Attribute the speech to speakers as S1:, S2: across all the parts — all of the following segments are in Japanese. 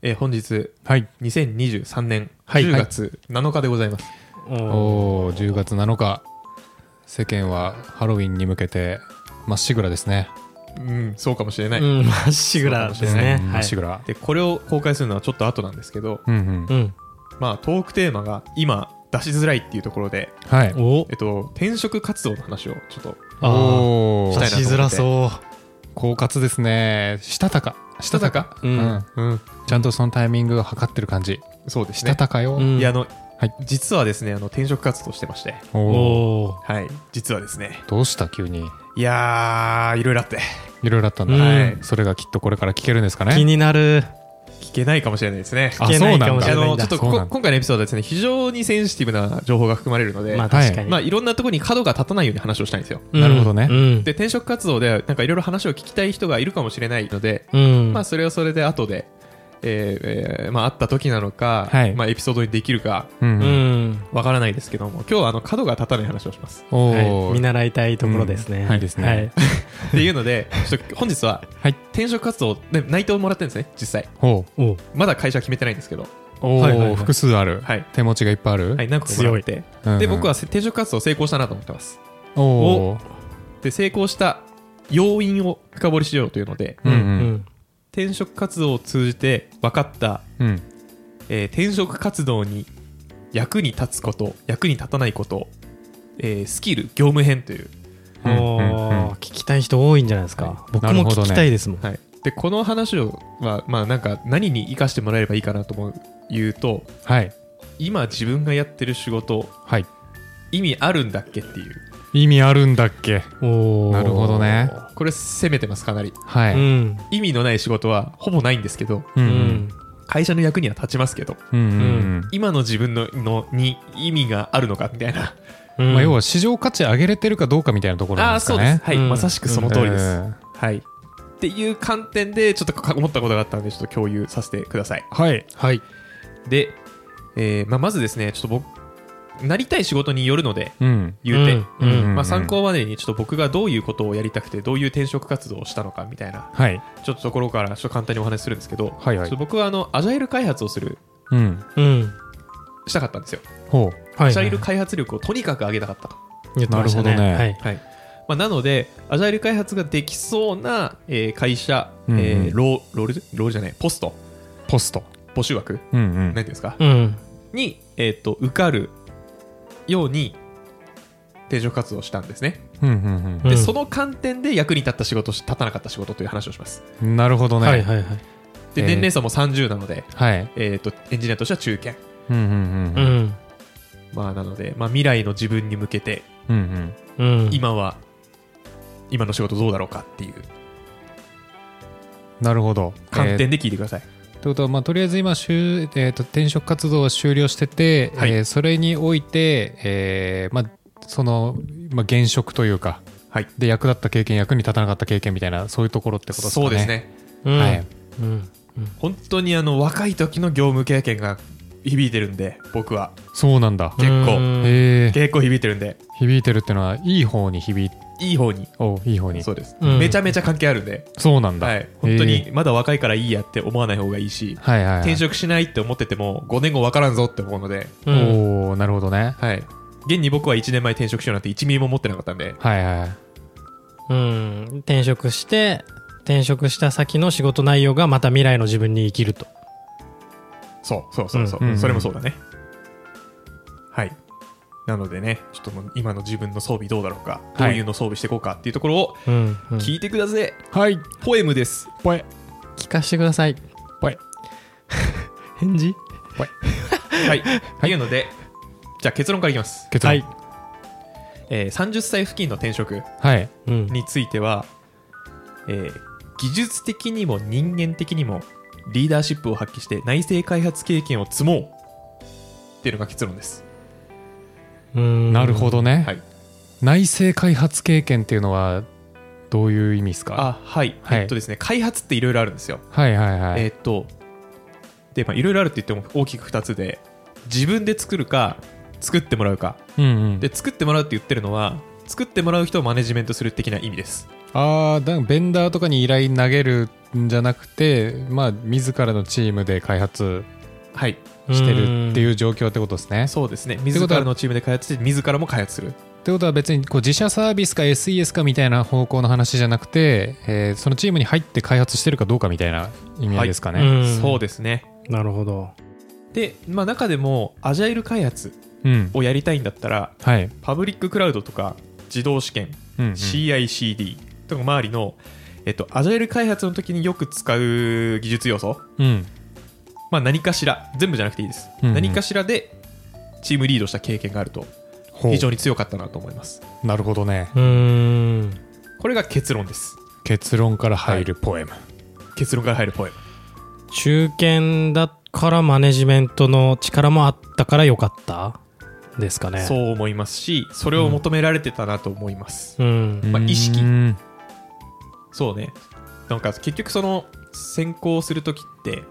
S1: えー本日
S2: はい。
S1: 2023年
S2: はい
S1: 10月7日でございます、
S2: おお、10月7日。世間はハロウィンに向けてまっしぐらですね。
S1: うんそうかもしれない、
S3: うん、まっしぐらですね。
S2: うんま
S3: は
S2: っし
S3: い。
S2: ぐら。
S1: でこれを公開するのはちょっと後なんですけど
S2: うんうん
S3: う。ん。
S1: まあトークテーマが今出しづらいっていうところで、
S2: はい。
S3: お
S1: えっと、転職活動の話をちょっと
S3: あ
S2: お
S3: あ、
S1: した
S2: ー
S1: い
S3: 出
S1: なと
S3: し
S1: 思って
S3: づらそ
S2: 狡猾ですね。したたか。したたか。
S3: うん
S1: うん
S2: ちゃんとそのタイミングを測ってる感じ。
S1: そうです
S2: し
S1: ね
S2: たたかよ
S3: う。う。ん
S1: いやあの、
S2: はい
S1: 実はですねあの転職活動してまして
S2: お
S3: お
S2: お。
S3: お
S1: はい実はですね
S2: どうした急に。
S1: いやーいろいろあって
S2: いろいろあったん
S3: うん
S2: だ。
S1: はい
S2: それがきっとこれから聞けるんですか
S3: ー。気
S2: ね。
S3: になる。
S1: 聞けないかもしれないですね
S2: あ
S3: 聞けないかもし
S1: あ
S3: れない
S1: の
S3: ん
S1: ちょ
S3: だ
S1: っ。と
S2: そうな
S1: こ
S2: んだ
S1: 今回のエピソードはですね非常にセンシティブな情報が含まれるので、
S3: まあ
S1: ま
S3: 確かに。
S1: あ、いろんなところに角が立たないように話をしたいんですよ
S3: うん
S2: なるほどね
S3: うん
S1: で転職活動でなんかいろいろ話を聞きたい人がいるかもしれないので、
S3: うん
S1: まあ、それはそれで後で、えーえーまあ、会った時なのか、
S2: はい
S1: まあ、エピソードにできるか
S2: うん
S3: う
S2: うん。
S3: ん。
S1: わからないですけども今日はあの角が立たない話をします
S2: お
S3: は
S2: お。
S3: い見習いたいところです
S2: う
S3: ね。
S2: んはいですね
S1: っていうのでちょっと本日は
S2: はい。
S1: 転職活動で内定をもらってるんですね実際
S2: お
S3: はい。おう
S1: まだ会社は決めてないんですけど、
S2: お
S3: はいはいは
S2: お。
S3: い
S2: 複数ある
S1: はい。
S2: 手持ちがいっぱいある
S1: はい、。何個かもらって
S2: うんうん
S1: で僕は。転職活動成功したなと思ってます
S2: おお。
S1: で成功した要因を深掘りしようというので、
S2: う
S3: うんん。
S1: 転職活動を通じて分かった、
S2: うん。うん。
S1: えー転職活動に役に立つこと役に立たないこと、えースキル業務編という、
S2: う
S3: お
S2: んうんうん
S3: おー聞きたい人多いんじゃないですか。僕
S2: なる
S3: も
S2: ほどね
S3: 聞きたいですもん。
S1: はい、でこの話を、まあ、まあなんか何に生かしてもらえればいいかなと思う言うと
S2: はい。
S1: 今自分がやってる仕事
S2: はい。
S1: 意味あるんだっけっていう
S2: 意味あるんだっけ
S3: おお。
S2: なるほどね。
S1: これ攻めてますかなり
S2: は
S3: う
S2: い。
S3: ん。
S1: 意味のない仕事はほぼないんですけど
S2: う。
S3: うんん。
S1: 会社の役には立ちますけど
S2: うんうん
S1: 今の自分ののに意味があるのかみたいな
S2: うん。まあ、要
S3: は、
S2: は市場価値上げれてるかどうかみたいなところなん
S1: ああー
S2: です
S1: そ
S2: か
S1: うです
S2: ね。
S1: はい、
S3: うん
S1: まさしくその通りです、
S2: えー
S1: はいっていう観点でちょっとか思ったことがあったのでちょっと共有させてください
S2: はい。
S3: はい。
S1: で、えーまあ、まずですねちょっと僕なりたい仕事によるので
S2: うん。
S1: 言うて、
S3: うんうん
S1: まあ、参考までにちょっと僕がどういうことをやりたくてどういう転職活動をしたのかみたいな
S2: はい。
S1: ちょっとところからちょっと簡単にお話しするんですけど、
S2: はいは
S1: ちょっと
S2: い。
S1: 僕はあのアジャイル開発をする
S2: うん。
S3: うん。
S1: したかったんですよ、
S2: ほ
S3: は
S1: アジャイル開発力をとにかく上げたかったと
S3: 言ってました
S2: な
S3: ね
S2: るほどね
S3: はい。
S1: はいまあ、なので、アジャイル開発ができそうな、えー会社、
S2: うんうん
S1: えーローロールロールじゃない、ポスト、
S2: う。ポスト。
S1: 募集枠、
S2: うんう
S1: なん
S2: ん
S1: てい。うんですか、
S3: うん。
S1: に、えー、と受かるように定職活動をしたんですね。
S2: うんうん
S1: で、
S3: うん
S1: その観点で役に立った仕事、立たなかった仕事という話をします。
S2: うん。なるほどね。
S3: はい。はいはい。
S1: で、
S2: えー
S1: 年齢差も30なので、
S2: はい。
S1: えー、とエンジニアとしては中堅。
S2: うんうんう。
S3: うんん。
S1: まあ、なので、まあ、未来の自分に向けて、
S2: うんうん。
S3: うん。
S1: 今は、今の仕事どうだろうかっていう
S2: なるほど。
S1: 観
S2: えー
S1: 点で聞いてください。
S2: ってことは、まあ、とりあえず今、就えーと転職活動は終了してて、
S1: はい
S2: えーそれにおいて、えーまあ、その、まあ、現職というか、
S1: はい
S2: で、役立った経験、役に立たなかった経験みたいな、そういうところってことですか
S1: そ
S2: ね。
S1: うです。ね。
S3: うん
S2: はい。
S3: うん。
S1: 本当にあの若い時の業務経験が響いてるんで僕は
S2: そうなんだ。
S1: 結構
S3: うん
S2: へえ
S1: 結構響いてるんで
S2: 響いてるってのはいい方に響い
S1: いい方に
S2: おいい方にそ
S1: そううです、
S3: うん
S1: めちゃめちゃ関係あるんで、
S2: なんだ、
S1: はい、本当に
S2: へ
S1: まだ若いからいいやって思わない方がいいし、
S2: ーはいはい、はい、
S1: 転職しないって思ってても5年後分からんぞって思うので、
S3: うん
S2: おおなるほどね
S1: はい、現に僕は1年前転職しようなんて1ミリも持ってなかったんで
S2: はいはい
S3: うん。転職して、転職した先の仕事内容がまた未来の自分に生きると。
S1: そうそうそうそう、
S2: うんうん
S1: それもそうだねはいなのでねちょっともう今の自分の装備どうだろうか、
S2: はい
S1: どういうの装備していこうかっていうところを
S3: うん。うん
S1: 聞いてください、
S2: はい
S1: ポエムです
S2: ぽい
S3: 聞かせてください。
S2: ぽい。
S3: 返事
S1: はい。というので、じゃあ結論からいきます。
S2: 結論
S3: はい
S1: えー30歳付近の転職
S2: はい
S3: うん。
S1: については、えー技術的にも人間的にもリーダーシップを発揮して内製開発経験を積もうっていうのが結論です。
S3: うん
S2: なるほどね、
S1: はい
S2: 内製開発経験っていうのはどういう意味ですか
S1: あ、はい。
S2: はい
S1: えっとですね、開発っていろいろあるんですよ。
S2: はいはいはい、
S1: えーっと、で、まあいろいろあるって言っても大きく2つで、自分で作るか、作ってもらうか。
S2: うんうん
S1: で、作ってもらうって言ってるのは、作ってもらう人をマネジメントする的な意味です。
S2: ああだベンダーとかに依頼投げるんじゃなくてまあ自らのチームで開発
S1: はい
S2: してるっていうう状況ってことですね
S1: そうですね
S2: て
S1: 自
S2: ことは
S1: らのチームで開発して自らも開発する
S2: ってことは別にこう自社サービスか SES かみたいな方向の話じゃなくて、えーそのチームに入って開発してるかどうかみたいな意味合いですかね、
S3: うん
S1: そうですね
S3: んなるほど
S1: で、まあ、中でもアジャイル開発
S2: うん
S1: をやりたいんだったら
S2: はい、
S1: パブリッククラウドとか自動試験
S2: うんうん
S1: CICD とか周りの、えっと、アジャイル開発の時によく使う技術要素、
S2: うん
S1: まあ、何かしら全部じゃなくていいです、
S2: うんうん
S1: 何かしらでチームリードした経験があると
S2: ほう
S1: 非常に強かったなと思います
S2: なるほどね
S3: うーん
S1: これが結論です
S2: 結論から入るポエム、
S1: 結論から入るポエム
S3: 中堅だからマネジメントの力もあったから良かったですかね、
S1: そうう思いますしそれを求められてたなと思います、
S3: うん、
S1: まあ意識
S2: うん
S1: そうねなんか結局その先行する時って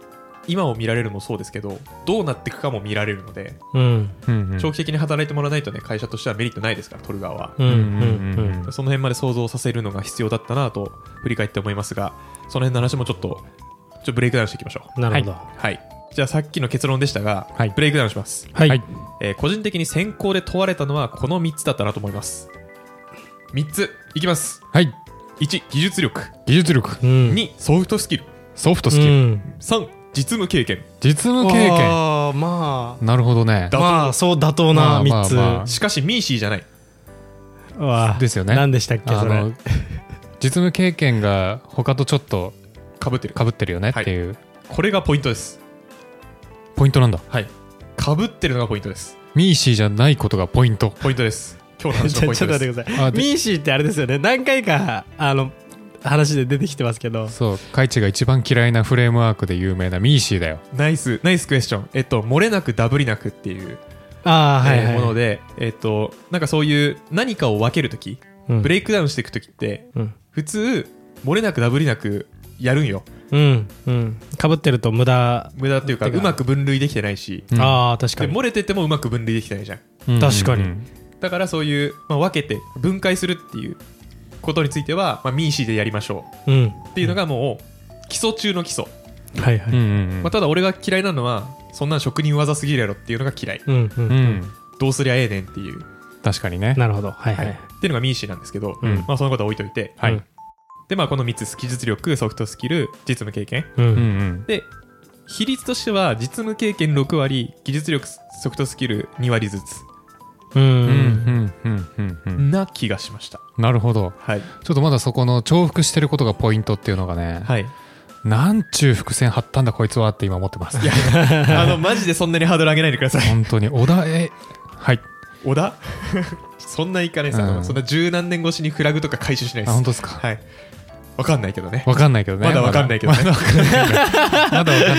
S1: 今を見られるもそうですけどどうなっていくかも見られるので
S3: うん
S2: うんうん
S1: 長期的に働いてもらわないとね会社としてはメリットないですから取る側は
S3: うんうん
S2: うん
S3: う
S2: うんん
S3: う
S2: うんん
S1: その辺まで想像させるのが必要だったなと振り返って思いますがその辺の話もちょっとちょっとブレイクダウンしていきましょう
S3: なるほど
S1: はいじゃあさっきの結論でしたが、
S2: はい
S1: ブレイクダウンします、
S3: はい、
S2: はい
S1: えー個人的に選考で問われたのはこの3つだったなと思います3ついきます
S2: はい
S1: 1技術力
S2: 技術力
S3: うん
S1: 2ソフトスキル
S2: ソフトスキル、
S3: うん
S1: 3実務経験
S2: 実務経験
S3: あーま
S2: なるほどね
S1: だ
S3: あまあそう妥当な
S2: まあ
S3: 3つ、
S2: まあまあ
S1: しかしミーシーじゃない
S3: わあ
S2: ですよね
S3: 何でしたっけ
S2: あ
S3: それ
S2: の 実務経験が他とちょっと
S1: かぶってる
S2: 被ってるよねっていう
S1: これがポイントです
S2: ポイントなんだ
S1: はいかぶってるのがポイントです
S2: ミーシーじゃないことがポイント
S1: ポイントです今日の
S3: ち
S1: 話のポ
S3: ょ
S1: イン
S3: ちょ
S1: ト
S3: っ
S1: です
S3: と待ってくださ
S2: あ
S3: い
S2: で
S3: ミーシーってあれですよね何回かあの話で出てきてますけど
S2: そうカイチが一番嫌いなフレームワークで有名なミーシーだよ
S1: ナイスナイスクエスチョンえっと漏れなくダブりなくっていう
S3: ああはいはい
S1: もので、えっと、なんかそういう何かを分けるとき、
S3: うん
S1: ブレイクダウンしていくときって、
S3: うん
S1: 普通、漏れなくダブりなくやるんよ。
S3: うんうんかぶってると無駄、
S1: 無駄っていうか、
S3: てか
S1: うまく分類できてないし、
S2: うん
S3: ああ確か
S1: で
S3: に
S1: 漏れててもうまく分類できてないじゃん。
S3: 確かに
S1: だからそういう、まあ、分けて、分解するっていうことについては、まあ、ミーシーでやりましょ
S3: うん
S1: うっていうのがもう、基礎中の基礎。
S3: はいは
S2: うんう
S3: い
S2: んうん
S1: まあ、ただ俺が嫌いなのは、そんな職人技すぎるやろっていうのが嫌い。
S3: うんう
S2: うんん
S1: どうすりゃええねんっていう、
S2: 確かにね
S3: なるほどはいは
S1: はい
S3: い
S1: っていうのがミーシーなんですけど、
S2: うん
S1: まあそのことは置いといて、
S2: はい
S1: でまあこの3つ技術力ソフトスキル実務経験
S3: うんう
S2: うんん
S1: で比率としては実務経験6割技術力ソフトスキル2割ずつ
S2: う
S3: う
S2: んうんんうんうんうん
S1: な気がしました
S2: なるほど
S1: はい
S2: ちょっとまだそこの重複してることがポイントっていうのがね
S1: はい
S2: なんちゅう伏線張ったんだこいつはって今思ってます
S1: あのマジでそんなにハードル上げないでください
S2: 本当に小田えはい
S1: 小田 そんないかないさ、
S2: うん
S1: そんな十何年越しにフラグとか回収しないで
S2: あ
S1: す
S2: 本当ですか
S1: はいわかんないけどね
S2: わかんないけどね
S1: まだわかんないけどね
S2: まだわかんないけどまだわかんないんだ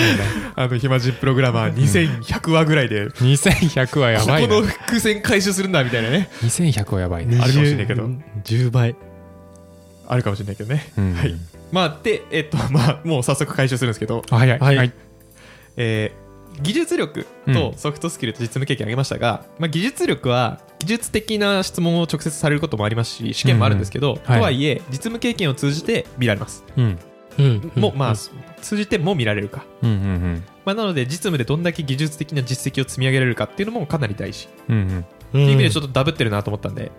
S1: あの暇人プログラマー2100話ぐらいで、こ
S2: 2100はやば
S1: こ
S2: い
S1: の
S2: な
S1: 伏線回収するんだみたいなね
S2: 2100はやばいね
S1: あるかもしれないけど
S3: 10倍
S1: あるかもしれないけどね、
S2: うん
S1: はいまあでえっとまあもう早速回収するんですけど
S2: あ早い
S3: はい
S2: はい
S1: えー技術力とソフトスキルと実務経験あげましたが、まあ、技術力は技術的な質問を直接されることもありますし試験もあるんですけど、
S2: はい
S1: とはいえ実務経験を通じて見られます、
S2: うん
S3: うん
S1: もうまあ、通じても見られるか、
S2: うんうん
S1: まあ、なので実務でどんだけ技術的な実績を積み上げられるかっていうのもかなり大事、
S2: うんうんうん
S3: う
S1: ってい
S3: ん
S1: う意味でちょっとダブってるなと思ったんで、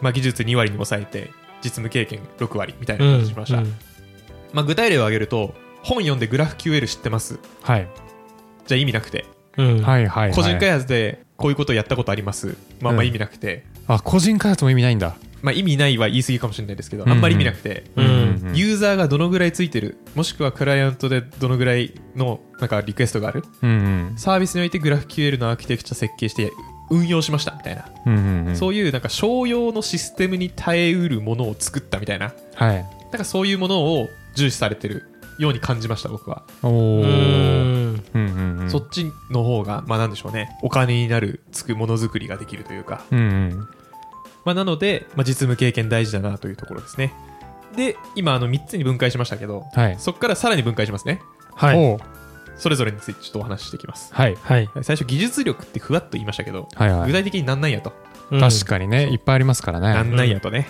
S1: まあ、技術2割に抑えて実務経験6割みたいな
S3: う
S1: 感
S3: ん
S1: じしました、
S3: うん
S1: まあ、具体例を挙げると本読んでグラフ QL 知ってます
S2: はい
S1: じゃあ意味なくて
S3: うん
S2: はいはいはい
S1: 個人開発でこういうことやったことありますまあまあ
S2: うん
S1: 意味なくて、
S2: あ個人開発も意味ないんだ
S1: まあ意味ないは言い過ぎかもしれないですけど、
S2: うんうん
S1: あんまり意味なくて、
S3: うん
S1: ユーザーがどのぐらいついてるもしくはクライアントでどのぐらいのなんかリクエストがある
S2: うんうん
S1: サービスにおいて GraphQL のアーキテクチャ設計して運用しましたみたいな、
S2: うんうんうん
S1: そういうなんか商用のシステムに耐えうるものを作ったみたいな
S2: はい
S1: なんかそういうものを重視されてるように感じました僕は、
S2: おお
S3: う
S2: うん
S3: ん
S2: うんうん
S1: そっちの方がまあなんでしょうねお金になるつくものづくりができるというか
S2: うんうん
S1: まあ、なので、まあ、実務経験大事だなというところですね。で、今、あの3つに分解しましたけど、
S2: はい
S1: そこからさらに分解しますね。
S3: はい
S2: おー
S1: それぞれについてちょっとお話ししていきます。
S2: はい
S3: はい
S1: 最初、技術力ってふわっと言いましたけど、
S2: はいは
S1: 具
S2: い
S1: 体的になんなんやと。
S3: うん
S2: 確かにねいっぱいありますから
S1: な
S2: ね
S1: んなんやとね。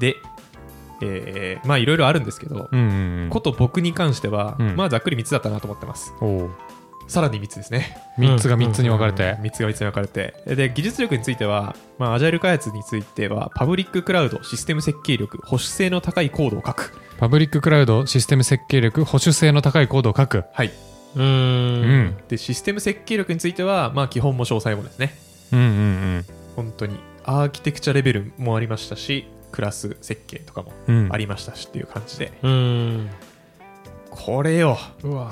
S1: で、えーまあいろいろあるんですけど、
S2: うんうんうん
S1: こと僕に関しては、
S2: うん
S1: まあざっくり3つだったなと思ってます
S2: おう
S1: さらに3つですね
S2: 3つが3つに分かれて
S1: 3つが3つに分かれてで技術力については、まあ、アジャイル開発についてはパブリッククラウドシステム設計力保守性の高いコードを書く
S2: パブリッククラウドシステム設計力保守性の高いコードを書く
S1: はい
S3: うん
S2: うん
S3: ん
S1: でシステム設計力については、まあ、基本も詳細もですね
S2: うんうん
S1: 本当にアーキテクチャレベルもありましたしクラス設計とかも
S2: うんうん
S1: ありましたしっていう感じで、
S3: うん
S1: これよ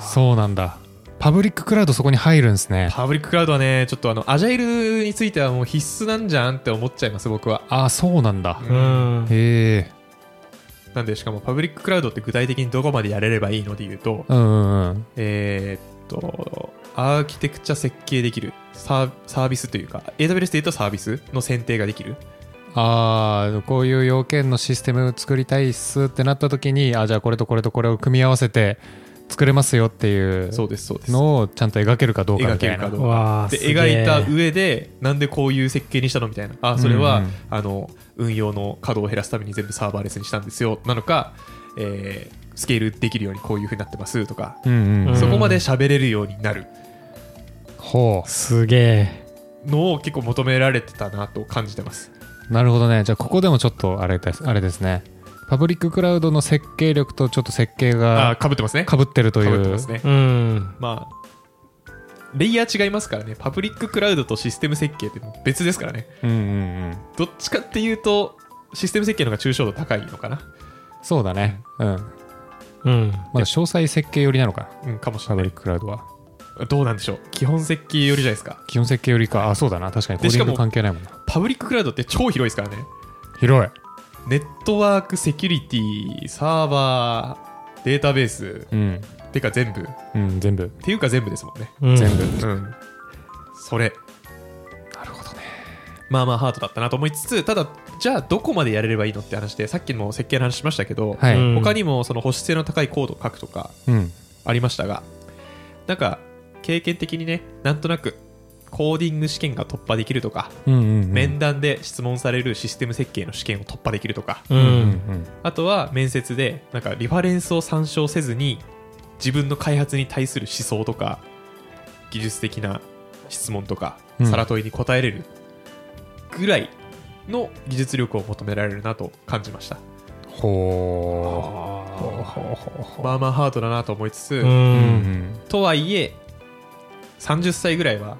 S2: そうなんだパブリッククラウドそこに入るんですね
S1: パブリッククラウドはねちょっとあのアジャイルについてはもう必須なんじゃんって思っちゃいます僕は
S2: あそうなんだ
S1: うん
S3: うん
S2: へえ
S1: なんでしかもパブリッククラウドって具体的にどこまでやれればいいので言うと
S2: うんうんうん
S1: えーっと、アーキテクチャ設計できるサーサービスというか、AWS で言うとサービスの選定ができる。
S2: ああこういう要件のシステム作りたいっすってなった時にあじゃあこれとこれとこれを組み合わせて作れますよっていう
S1: そうです、そうです。
S2: のをちゃんと描けるかどうか
S1: 描
S2: み
S1: け
S2: た
S1: る
S2: い
S1: か
S2: な
S1: どう
S3: わ
S1: か
S3: あ
S1: で、
S3: すげえ
S1: 描いた上で、なんでこういう設計にしたのみたいな。あ、それは、
S2: うんうん
S1: あの、運用の稼働を減らすために全部サーバーレスにしたんですよ。なのか、えースケールできるようにこういうふうになってますとか、
S2: うんうん、
S3: うん
S1: そこまで喋れるようになる
S2: ほ
S3: すげえ
S1: のを結構求められてたなと感じてます。
S2: うなるほどねじゃあここでもちょっとあれですあれですねパブリッククラウドの設計力とちょっと設計
S1: あ、
S2: が
S1: かぶってますね。
S2: かぶってるとい
S1: 被って
S2: う
S1: ますね。
S3: うん
S1: まあ、レイヤー違いますからね、パブリッククラウドとシステム設計って別ですからね、
S2: うんうんうん
S1: どっちかっていうと、システム設計の方が抽象度高いのかな、
S2: そうだねうん
S3: うん
S2: まだ詳細設計寄りなのかな
S1: うん、かもし
S2: パ
S1: れな
S2: ブリッ
S1: い。
S2: ククラウドは
S1: どうなんでしょう、基本設計よりじゃないですか。
S2: 基本設計寄りかあそうだな確かにコ
S1: で
S2: ー
S1: しか
S2: ディン
S1: も
S2: グ関係ないもんな
S1: パブリッククラウドって超広いですからね、
S2: 広い
S1: ネットワーク、セキュリティ、サーバー、データベース、
S2: うん
S1: てか全部、っ
S2: うん全部
S1: ていうか全部ですもんね。
S3: うん
S2: 全部
S1: うん、それ、
S2: なるほどね
S1: まあまあハートだったなと思いつつ、ただ、じゃあどこまでやれればいいのって話で、さっきも設計の話しましたけど、
S2: はい、
S3: うん
S1: 他にもその保守性の高いコードを書くとか
S2: うん
S1: ありましたがなんか経験的にねなんとなくコーディング試験が突破できるとか、
S2: うんうんうん
S1: 面談で質問されるシステム設計の試験を突破できるとか、
S3: う
S2: うんうん
S3: ん
S1: あとは面接でなんかリファレンスを参照せずに自分の開発に対する思想とか技術的な質問とか
S2: うん
S1: さら問いに答えれるぐらいの技術力を求められるなと感じました。
S2: ほ
S1: まあまあハードだなと思いつつ、
S3: う
S2: ううん
S1: とはいえ30歳ぐらいは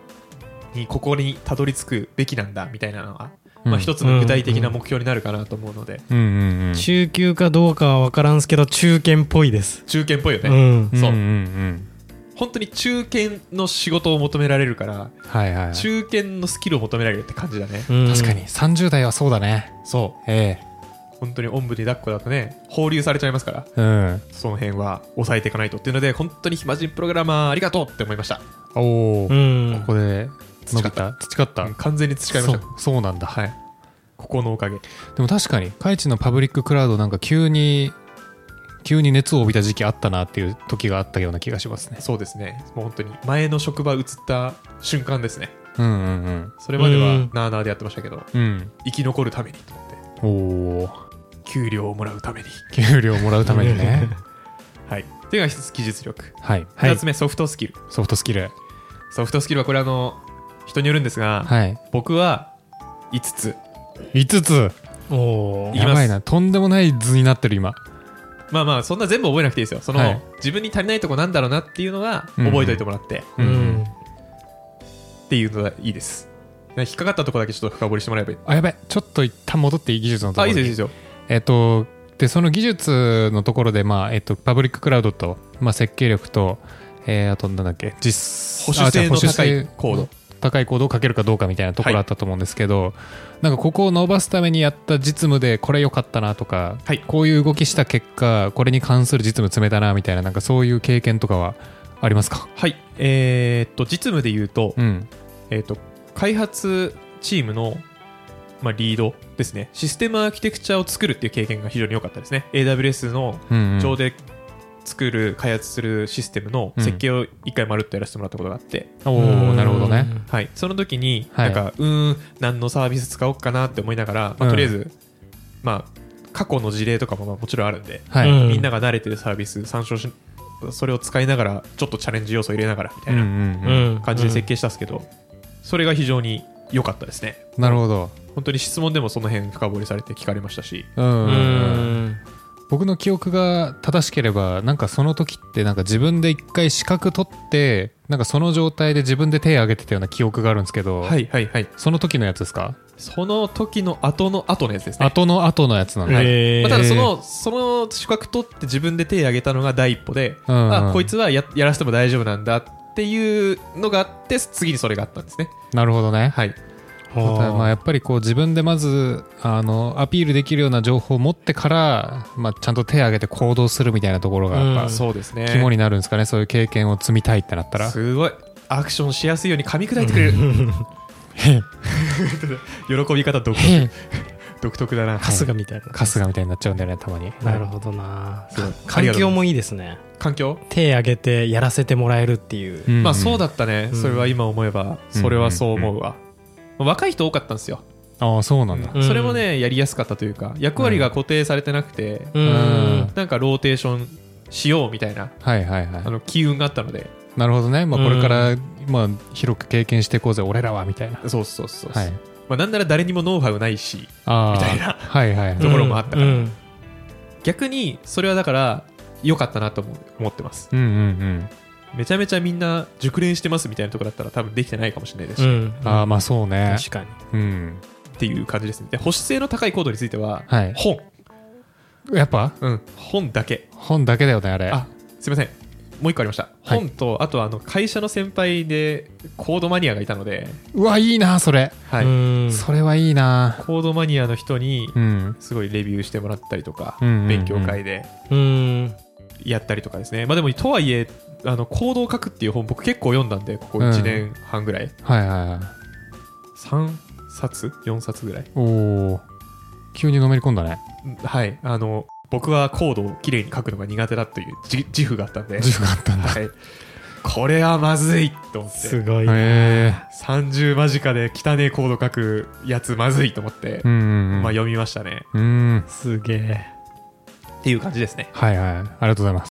S1: にここにたどり着くべきなんだみたいなのが、
S2: うん
S1: まあ、一つの具体的な目標になるかなと思うので、
S2: うんうんうん
S3: 中級かどうかは分からんすけど中堅っぽいです
S1: 中堅っぽいよね、
S3: うん
S1: そう
S2: うんうん
S1: 本当に中堅の仕事を求められるから
S2: うんはいはいはい
S1: 中堅のスキルを求められるって感じだね、
S2: 確かに30代はそうだね
S1: そ
S2: え
S1: う本当におんぶに抱っこだとね放流されちゃいますから
S2: えうん
S1: その辺は抑えていかないとっていうので本当に暇人プログラマーありがとうって思いました
S2: おお
S3: う
S2: こ
S3: ん
S2: こで伸
S1: 培
S2: び
S1: った
S2: た培った
S1: うん完全に培いま
S2: そ
S1: し
S2: う
S1: た
S2: そうなんだ
S1: はいここのおかげ
S2: でも確かにカイチのパブリッククラウドなんか急に急に熱を帯びた時期あったなっていう時があったような気がしますね
S1: そうですねもう本当に前の職場移った瞬間ですね
S2: うんうん
S1: それまで
S3: う
S1: は
S3: ん
S1: なあなあでやってましたけど、
S2: うん
S1: 生き残るためにと思って、
S2: うんおお
S1: 給料をもらうために。
S2: 給料もらうため にね
S1: はい。というのが一つ技術力。
S2: はい
S1: 二つ目、ソフトスキル。
S2: ソフトスキル
S1: ソフトスキルはこれあの、人によるんですが、
S2: はい
S1: 僕は5つ。
S2: 5つ
S3: おー
S1: きます
S2: やばいなとんでもない図になってる今
S1: まあまあ、そんな全部覚えなくていいですよ。その、
S2: はい
S1: 自分に足りないとこなんだろうなっていうのが覚えといてもらって、
S2: う
S3: うんん
S1: っていうのがいいです。引っかかったとこだけちょっと深掘りしてもらえばいい。
S2: あやばいちょっと一旦戻っていい技術のとこ
S1: あ、
S2: ろ
S1: いい
S2: に
S1: ですよ、いいですよ。
S2: えっとでその技術のところで、まあえっと、パブリッククラウドと、まあ、設計力と、えーあとなんだっけ実
S1: 保守性の
S2: あじゃあ保守
S1: 高いコード
S2: 高いコードをかけるかどうかみたいなとこ
S1: はい
S2: ろあったと思うんですけど、なんかここを伸ばすためにやった実務でこれ良かったなとか、
S1: はい
S2: こういう動きした結果これに関する実務詰めたなみたいななんかそういう経験とかはありますか
S1: はい。えーっと、実務で言うと、
S2: うん
S1: えっ、と、開発チームの、まあ、リードですね。システムアーキテクチャを作るっていう経験が非常に良かったですね。AWS の
S2: うんうん
S1: 上で作る、開発するシステムの設計を一回まるっとやらせてもらったことがあって、
S2: お
S3: う
S2: お
S3: ん
S2: なるほどね
S1: はい。その時に、
S2: は
S1: ないんか、うーん、何のサービス使おうかなって思いながら、まあ、
S2: うん
S1: とりあえず、まあ、過去の事例とかもまあもちろんあるんで、
S2: はい、
S3: うん
S1: みんなが慣れてるサービス参照しそれを使いながらちょっとチャレンジ要素入れながらみた
S2: う
S1: い
S2: んう
S1: なん
S2: うん
S3: うん
S1: 感じで設計したんですけど、それが非常に良かったですね
S2: なるほど、
S1: 本当に質問でもその辺深掘りされて聞かれましたし
S2: うん
S3: う
S2: うんうん
S3: ん
S2: 僕の記憶が正しければなんかその時ってなんか自分で一回資格取ってなんかその状態で自分で手を挙げてたような記憶があるんですけど、
S1: はいはいはい
S2: その時のやつですか、
S1: その時の後の後のやつですね
S2: 後の後のやつなんだ、
S1: はい
S3: へー
S1: まあただそのその資格取って自分で手を挙げたのが第一歩で、
S2: うん
S1: あこいつはややらせても大丈夫なんだっていうのがあって次にそれがあったんですね
S2: なるほどね、
S1: はい
S2: ただまあやっぱりこう自分でまずあのアピールできるような情報を持ってから、まあ、ちゃんと手を挙げて行動するみたいなところがやっぱ、
S3: うん
S1: そうですね
S2: 肝になるんですかねそういう経験を積みたいってなったら
S1: すごいアクションしやすいように噛み砕いてくれる 喜び方独特独特だな
S3: 春日みたいな
S2: 春日みたいになっちゃうんだよねたまに
S3: なるほどな
S1: すごい
S3: 環境もいいですね
S1: 環境
S3: 手挙げてやらせてもらえるっていう、
S2: ん
S1: まあそうだったね
S3: うん
S1: それは今思えばそれはそう思うわ若い人多かったんですよ
S2: ああそうなんだ、
S3: うん
S1: それもねやりやすかったというか役割が固定されてなくて
S3: うん
S2: うん
S1: なんかローテーションしようみたいな
S2: はいはいはい
S1: あの機運があったので
S2: なるほどね、まあ、これから、まあ、広く経験していこうぜ俺らはみたいな
S1: そうそうそうそ
S2: は
S1: う
S2: い
S1: まあなんなら誰にもノウハウないし
S2: あー
S1: みたいな
S2: はいはいはい
S1: ところもあったから
S3: うん
S1: 逆にそれはだから良かったなと思う思ってます
S2: うんうんうん
S1: めちゃめちゃみんな熟練してますみたいなところだったら多分できてないかもしれないです
S3: う
S1: し、っ
S3: ん
S2: ああまあそうね
S3: 確かに
S2: うん
S1: ていう感じですねで保守性の高いコードについては、
S2: はい
S1: 本、
S2: やっぱ
S1: うん、本だけ
S2: 本だけだよねあれ
S1: あすいませんもう一個ありました、
S2: はい
S1: 本とあとはあの会社の先輩でコードマニアがいたので、
S2: うわいいなそれ、
S1: はい
S3: うん
S2: それはいいな
S1: コードマニアの人に
S2: うん
S1: すごいレビューしてもらったりとか、
S2: うんうんうん
S1: 勉強会で
S3: うん
S1: やったりとかですねまあでもとはいえあのコードを書くっていう本僕結構読んだんでここ1年半ぐらい、
S2: はいはいはい
S1: 3冊4冊ぐらい
S2: おお急にのめり込んだね
S1: うんはい、あの僕はコードをきれいに書くのが苦手だという自自負があったんで、
S2: 自負が あったんだ
S1: はい、これはまずいと思って
S3: すごいな
S2: へ
S1: 30間近で汚ねえコード書くやつまずいと思って
S2: え、うんうんうん
S1: まあ、読みましたね
S2: うん
S3: すげえ
S1: っていう感じですね
S2: はいはいありがとうございます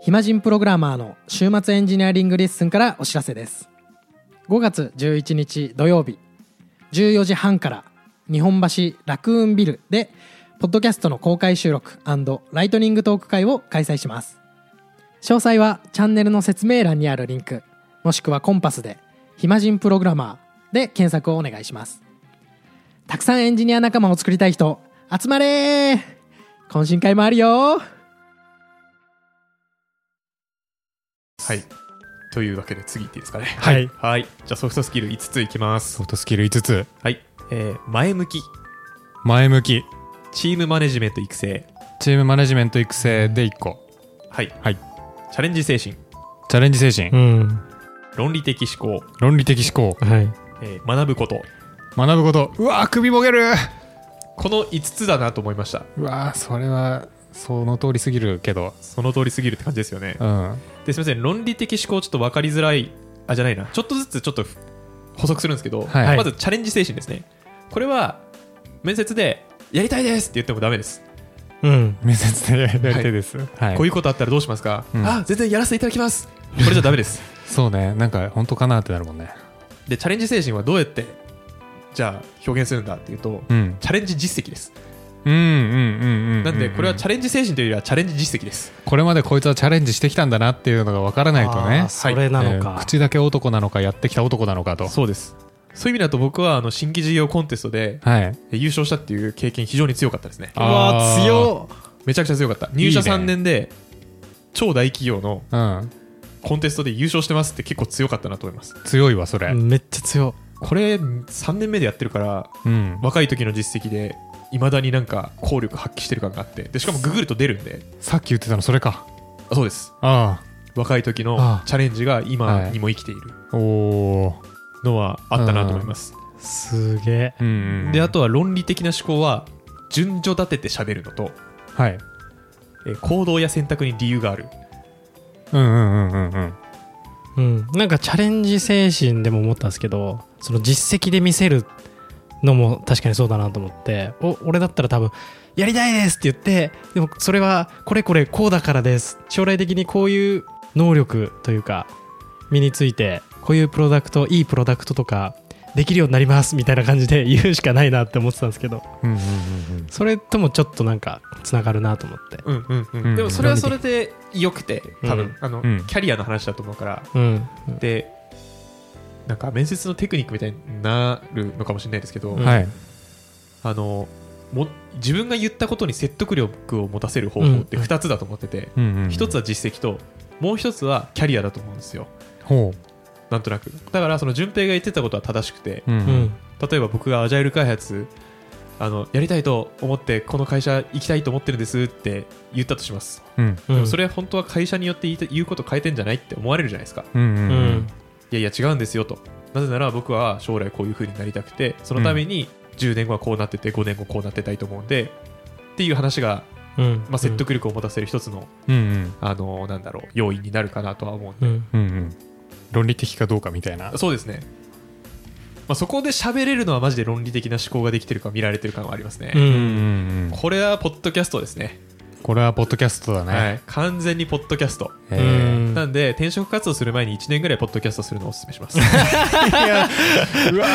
S4: 暇人プログラマーの週末エンジニアリングレッスンからお知らせです5月11日土曜日14時半から日本橋ラクーンビルでポッドキャストの公開収録ライトニングトーク会を開催します詳細はチャンネルの説明欄にあるリンクもしくはコンパスで「暇人プログラマー」で検索をお願いしますたくさんエンジニア仲間を作りたい人集まれー懇親会もあるよ
S1: はいというわけで次行っていいですかね
S3: はい
S1: はいじゃあソフトスキル5ついきます
S2: ソフトスキル5つ
S1: はい、えー前向き
S2: 前向き
S1: チームマネジメント育成
S2: チームマネジメント育成で1個
S1: はい、
S2: はい
S1: チャレンジ精神
S2: チャレンジ精神、
S3: うん
S1: 論理的思考、
S2: 論理的思考
S3: はい
S1: えー学ぶこと
S2: 学ぶことうわー首もげる
S1: この5つだなと思いました
S2: うわーそれはその通りすぎるけど
S1: その通りすぎるって感じですよね
S2: うん
S1: ですみません論理的思考ちょっと分かりづらいあじゃないなちょっとずつちょっと補足するんですけど、
S2: はい
S1: まずチャレンジ精神ですねこれは面接でやりたいですって言ってもダメです、
S3: うん
S2: 面接でやりたいですはい、
S1: こういうことあったらどうしますか、
S2: うん
S1: あ全然やらせていただき ますこれじゃダメです
S2: そうねなんか本当かなってなるもんね
S1: でチャレンジ精神はどうやってじゃあ表現するんだっていうと、
S2: うん
S1: チャレンジ実績です
S2: うんうんうんうんうん
S1: なんでこれはチ
S2: ャ
S1: ャレンジ精神というよりはチャレンジ実績です、
S2: これまでこいつはチャレンジしてきたんだなっていうのがわからないと
S3: あ
S2: ね
S3: ーそれなの
S2: え
S3: か
S2: ー口だけ男なのかやってきた男なのかと
S1: そうですそういう意味だと僕はあの新規事業コンテストで
S2: はい
S1: 優勝したっていう経験非常に強かったですね
S3: うわ
S2: あー
S3: 強
S1: めちゃくちゃ強かった入社
S2: いいね
S1: 3年で超大企業の
S2: うん
S1: コンテストで優勝してますって結構強かったなと思います
S2: 強いわそれ
S3: っめっちゃ強
S1: これ3年目でやってるから
S2: うん
S1: 若い時の実績でいまだになんか効力発揮してる感があってでしかもググると出るんで
S2: さっき言ってたのそれか
S1: あそうです
S2: あ
S1: 若い時の
S2: ああ
S1: チャレンジが今にも生きている
S2: あおー
S1: のはあったなと思います、
S3: すげえ
S2: うんうんうん
S1: であとは論理的な思考は順序立てて喋るのと、
S2: はい
S1: えー行動や選択に理由がある
S2: うんうんうんうんうん
S3: うん、なんかチャレンジ精神でも思ったんですけどその実績で見せるのも確かにそうだなと思ってお俺だったら多分「やりたいです!」って言ってでもそれはこれこれこうだからです将来的にこういう能力というか身についてこういうプロダクトいいプロダクトとかできるようになりますみたいな感じで言うしかないなって思ってたんですけど
S2: うんうん
S3: それともちょっとなんかつながるなと思って
S1: うんうんうん
S2: うん
S1: でもそれはそれで良くて多分、
S3: うん
S1: あの
S2: うん
S1: キャリアの話だと思うから
S3: うん
S1: でなんか面接のテクニックみたいになるのかもしれないですけど、
S2: うん
S3: ん
S2: はい
S1: あのも自分が言ったことに説得力を持たせる方法って2つだと思ってて、
S2: うんうん
S1: 一1つは実績ともう1つはキャリアだと思うんですよ
S2: ほ
S1: なんとなくだからその順平が言ってたことは正しくて
S2: ううんう
S3: うんん
S1: 例えば僕がアジャイル開発あのやりたいと思ってこの会社行きたいと思ってるんですって言ったとします、
S2: うん
S3: う
S1: で
S3: ん
S1: もそれは本当は会社によって言いた言うこと変えてんじゃないって思われるじゃないですか
S2: うんうん
S3: う
S2: うんん
S1: いやいや違うんですよとなぜなら僕は将来こういう風になりたくてそのために10年後はこうなってて5年後こうなってたいと思うんでっていう話が、
S3: うん
S1: まあ、説得力を持たせる一つの、
S2: うん
S1: あのなんだろう要因になるかなとは思うんで、
S3: うん
S2: うんうん論理的かどうかみたいな
S1: そうですね、まあ、そこで喋れるのはマジで論理的な思考ができてるか見られてる感はありますね、
S3: う
S2: うんんうんうん
S1: これはポッドキャストですね、
S2: これはポッドキャストだ
S1: は
S2: ね
S1: い、完全にポッドキャスト、
S2: え
S3: うん
S2: ー
S1: なんで転職活動する前に1年ぐらいポッドキャストするのをおすすめし ます
S2: うわ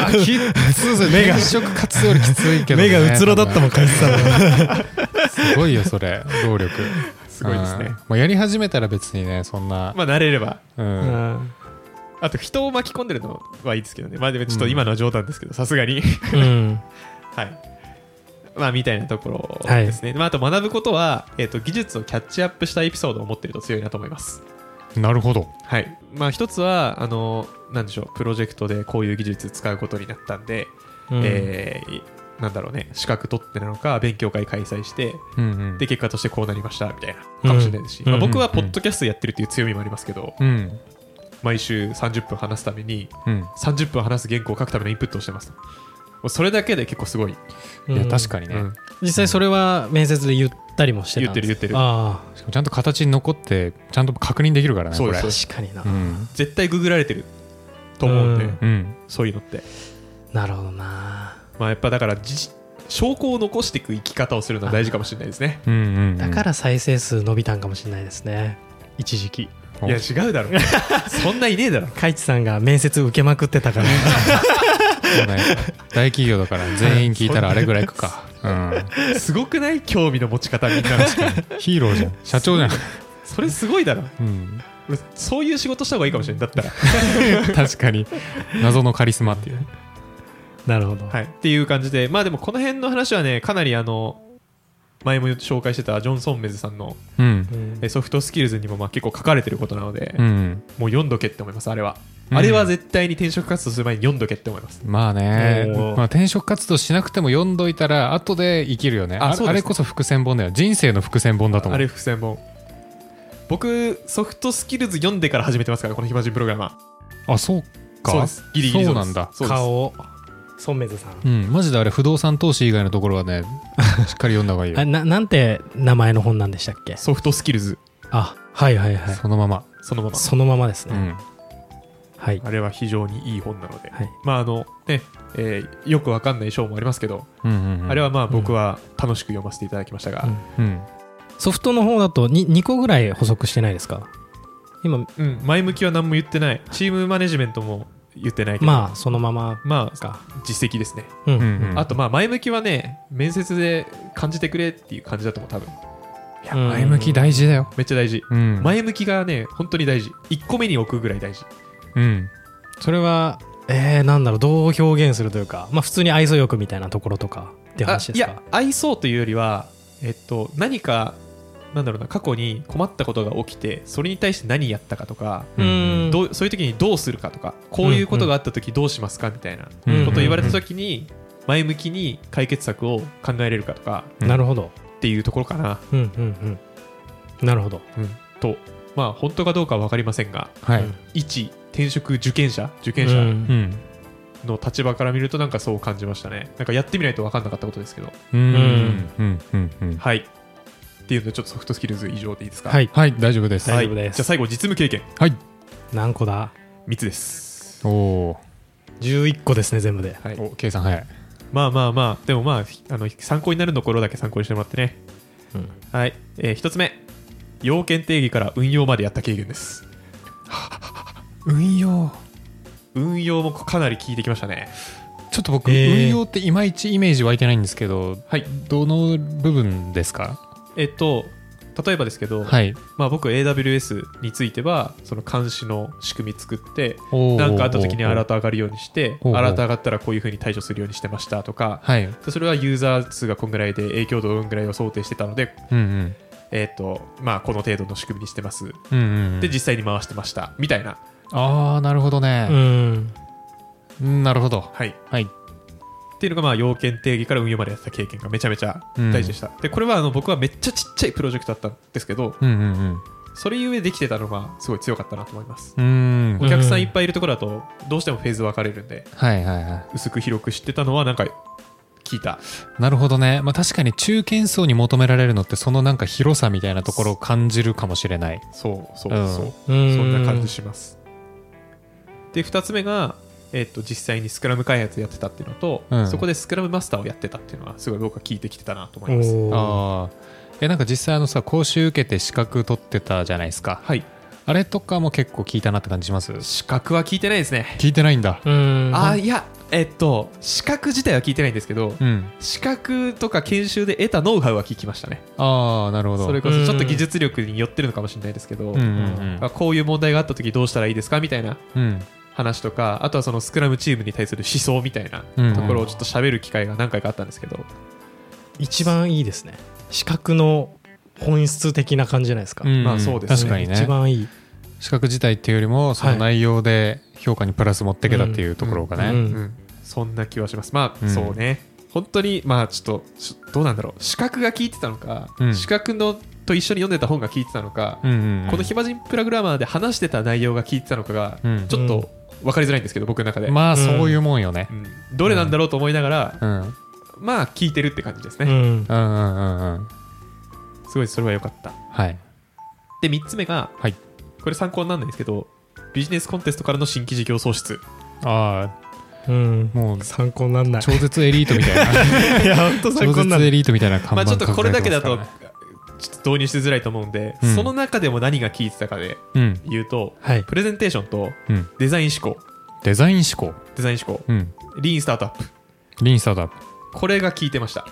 S2: ーきつい 目が食活動よりきついけどね
S3: 目がうつろだったもん感じてたの
S2: すごいよそれ労力
S1: すごいですね
S2: うんもうやり始めたら別にねそんな
S1: まあ慣れれば
S2: うん
S1: あと人を巻き込んでるのはいいですけどね。まあでもちょっと今のは冗談ですけど、さすがに。
S3: うん
S1: はい。まあみたいなところ
S3: はい
S1: ですね。まああと学ぶことは、えっ、と、技術をキャッチアップしたエピソードを持ってると強いなと思います。
S2: なるほど
S1: はい。まあ一つは、あの、なんでしょう、プロジェクトでこういう技術使うことになったんで、
S3: うん
S1: えーなんだろうね、資格取ってなのか、勉強会開催して、
S2: うんうん
S1: で、結果としてこうなりました、みたいな、かもしれないですし、
S3: うん
S1: まあ、僕は
S2: うんう
S1: ポ
S2: ん
S1: ッドキャストやってるっていう強みもありますけど、
S2: うん
S1: 毎週30分話すために、
S2: うん
S1: 30分話す原稿を書くためのインプットをしてますもうそれだけで結構すごい、
S2: いや
S3: うん
S2: 確かにね、
S1: うん
S3: 実際それは面接で言ったりもしてた
S1: 言っ
S3: んです
S1: てる言ってる
S3: あ
S2: しかもちゃんと形に残ってちゃんと確認できるからね
S1: そう
S2: こ
S1: で
S2: れ
S1: す
S3: あ確かにな、
S2: うん
S1: 絶対ググられてると思うんで、
S3: うん
S2: うん
S1: そういうのって
S3: なるほどな
S1: まあやっぱだからじ証拠を残していく生き方をするのは大事かもしれないですね
S2: うんうんうん
S3: だから再生数伸びたんかもしれないですね一時期
S2: う
S1: い
S2: ん
S1: や違うだろそんないねえだろ
S3: 海地さんが面接受けまくってたから
S2: そうね大企業だから全員聞いたらあれぐらいい くか、う
S1: すごくない興味の持ち方みんなの
S2: ん、ヒーローじゃん社長じゃん、
S1: それすごいだろ
S2: うん、
S1: 俺そういう仕事した方がいいかもしれないだったら
S2: 確かに謎のカリスマっていう
S3: なるほど、
S1: はいっていう感じでまあでもこの辺の話はねかなりあの前も紹介してたジョン・ソンメズさんの
S2: うん
S3: うん
S1: えソフトスキルズにもまあ結構書かれてることなので、
S2: うん
S1: もう読んどけって思います、あれは。
S2: うん
S1: あれは絶対に転職活動する前に読んどけって思います。
S2: まあね、
S1: おー
S2: まあ、転職活動しなくても読んどいたら後で生きるよね
S1: あ
S2: あ
S1: そうです
S2: あれこそ伏線本だよ人生の伏線本だと思
S1: あ
S2: う
S1: れ、伏線本。僕、ソフトスキルズ読んでから始めてますから、この暇人プログラマ
S2: あそう
S1: ー。
S2: か
S1: そうです。ギリギリ
S2: そう
S1: で
S2: な
S1: す
S2: んだ
S1: そうです
S3: 顔をソンメズさん、
S2: うんマジであれ不動産投資以外のところは ねしっかり読んだ方がいいよ
S3: あななんて名前の本なんでしたっけ
S1: ソフトスキルズ、
S3: あはいはいはい
S2: そのまま、
S1: そのまま。
S3: そのままです
S2: う
S3: ね、
S2: ん、
S3: はい、
S1: あれは非常にいい本なので。
S3: はい、
S1: まあ、あの、ね、えーよくわかんない章もありますけど、
S2: うんうんうん
S1: あれはまあ
S3: うん
S1: 僕は楽しく読ませていただきましたが、
S2: うん
S3: ソフトの方だと 2, 2個ぐらい補足してないですか今
S1: うん、前向きは何も言ってない。チームマネジメントも言ってないけど、
S3: まあそのまま
S1: まあ、
S3: か
S1: 実績ですね。
S3: うん
S2: うんうん
S1: あとまあ前向きはね面接で感じてくれっていう感じだと思う多分
S2: いや
S3: うん
S2: 前向き大事だよ、
S1: めっちゃ大事
S2: うん
S1: 前向きがね本当に大事1個目に置くぐらい大事
S2: うん、
S3: それはえー、なんだろうどう表現するというかまあ普通に愛想よくみたいなところとかって
S1: あ
S3: 話
S1: い
S3: です
S1: や
S3: か
S1: 愛想というよりはえっと何かなんだろうな過去に困ったことが起きてそれに対して何やったかとか、
S3: う
S2: うん
S3: ん
S1: どうそういう時にどうするかとかこういうことがあった時どうしますかみたいなこ
S2: うん
S3: うん
S1: とを言われた時に前向きに解決策を考えれるかとか
S3: なるほど
S1: っていうところかな、
S3: うんうんうんなるほど
S1: とまあ本当かどうかは分かりませんが
S2: はい、
S3: うん
S1: 一転職受験者受験
S3: う
S1: 者
S3: ん
S2: うん
S1: の立場から見るとなんかそう感じましたねなんかやってみないと分かんなかったことですけど
S2: うん
S3: うん
S2: うんうんうん
S1: はいっていうのでちょっとソフトスキルズ以上でいいですか、
S3: はいい
S2: はい大丈夫です
S3: は
S2: はい
S3: 大丈夫です
S1: じゃあ最後実務経験
S2: い
S3: 何個だ
S1: 3つです
S2: おー
S3: 11個ですね全部で
S1: はい
S2: お計算早い
S1: まあまあまあでもまあひあの参考になるところだけ参考にしてもらってね
S3: うん
S1: はい、え1つ目要件定義から運用までやった経験です
S2: 運用
S1: 運用もかなり効いてきましたね
S2: ちょっと僕、
S3: えー
S2: 運用っていまいちイメージ湧いてないんですけど
S1: はい
S2: どの部分ですか
S1: えっと例えばですけど、
S2: はい
S1: まあ、僕 AWS についてはその監視の仕組み作って
S2: おー
S1: 何かあった時にアラート上がるようにして
S2: おー
S1: アラート上がったらこういうふうに対処するようにしてましたとか
S2: はい
S1: でそれはユーザー数がこんぐらいで影響度どんぐらいを想定してたので、
S2: うんうん
S1: えっとまあ、この程度の仕組みにしてます
S2: うんうんうん
S1: で実際に回してましたみたいな、
S2: ああなるほど
S3: う
S2: ね、
S3: ん
S2: うん、なるほど
S1: はい、
S2: はい
S1: っていうのがまあ要件定義から運用までやってた経験がめちゃめちゃ大事でした、でこれはあの僕はめっちゃちっちゃいプロジェクトだったんですけど
S2: うんうん
S1: それゆえできてたのがすごい強かったなと思います、
S2: うんうー
S1: お
S2: ん
S1: 客さんいっぱいいるところだとどうしてもフェーズ分かれるんで
S2: はいはいは
S1: 薄く広く知ってたのはなんか聞いた
S2: いなるほどね、まあ、確かに中堅層に求められるのってそのなんか広さみたいなところを感じるかもしれない
S1: そうそう
S2: うん
S1: そう、
S3: そ
S1: そん
S3: ん
S1: な感じしますで2つ目が、えっと実際にスクラム開発やってたっていうのと、
S2: うん
S1: そこでスクラムマスターをやってたっていうのはすごい僕は聞いてきてたなと思います
S3: おー
S2: ああえなんか実際あのさ講習受けて資格取ってたじゃないですか
S1: はい
S2: あれとかも結構聞いたなって感じします
S1: 資格は聞いてないですね
S2: 聞いてないんだ
S3: うん
S1: あーいやえっと資格自体は聞いてないんですけど、
S2: うん
S1: 資格とか研修で得たノウハウは聞きましたね
S2: ああなるほど
S1: それこそ
S3: うん
S1: ちょっと技術力によってるのかもしれないですけど、
S2: うんうん
S1: あこういう問題があった時どうしたらいいですかみたいな
S2: うん
S1: 話とかあとはそのスクラムチームに対する思想みたいな
S2: うんうん
S1: ところをちょっと喋る機会が何回かあったんですけど、
S3: 一番いいですね視覚の本質的な感じじゃないですか、
S2: うんうん
S1: まあそうですね
S2: 確かにね
S3: 一番いい、
S2: 資格自体っていうよりもその内容で評価にプラス持ってけたっていうところがね、
S3: うんうん
S1: うんそんな気はしますまあ、
S2: うん
S1: そうね本当にまあちょっとちょどうなんだろう資格が聞いてたのか、
S2: うん
S1: 資格のと一緒に読んでた本が聞いてたのか、
S2: うんうんうん
S1: この暇人プログラマーで話してた内容が聞いてたのかが、
S2: うん
S1: ちょっと分かりづらいんですけど、僕の中で、
S2: まあそういうもんよね
S1: う、んどれなんだろうと思いながら、
S2: うん、うん
S1: まあ聞いてるって感じです
S3: う
S1: ね、
S3: ん
S2: うんうんうん
S1: すごいそれは良かった
S2: はい
S1: で3つ目が、
S2: はい
S1: これ参考にならないんですけどビジネスコンテストからの新規事業創出
S2: あ
S3: うん
S2: あもう
S3: 参考になんない
S2: 超絶エリートみたい な
S3: いや本当
S2: 超
S3: 参考にな
S2: 絶
S3: んな
S2: エ
S3: い
S2: リートみたいな看
S1: まあ
S2: 板
S1: ちょっとこれだけだ
S2: 掲
S1: と
S2: げてます
S1: ちょっと導入しづらいと思うんで、
S2: うん
S1: その中でも何が聞いてたかで
S2: からね
S1: 言うと
S3: はい
S1: プレゼンテーションと
S2: うんうん
S1: デザイン思考
S2: デザイン思考
S1: デザイン思考
S2: うん
S1: リーンスタートアップ
S2: リンスタートアップ
S1: これが聞いてました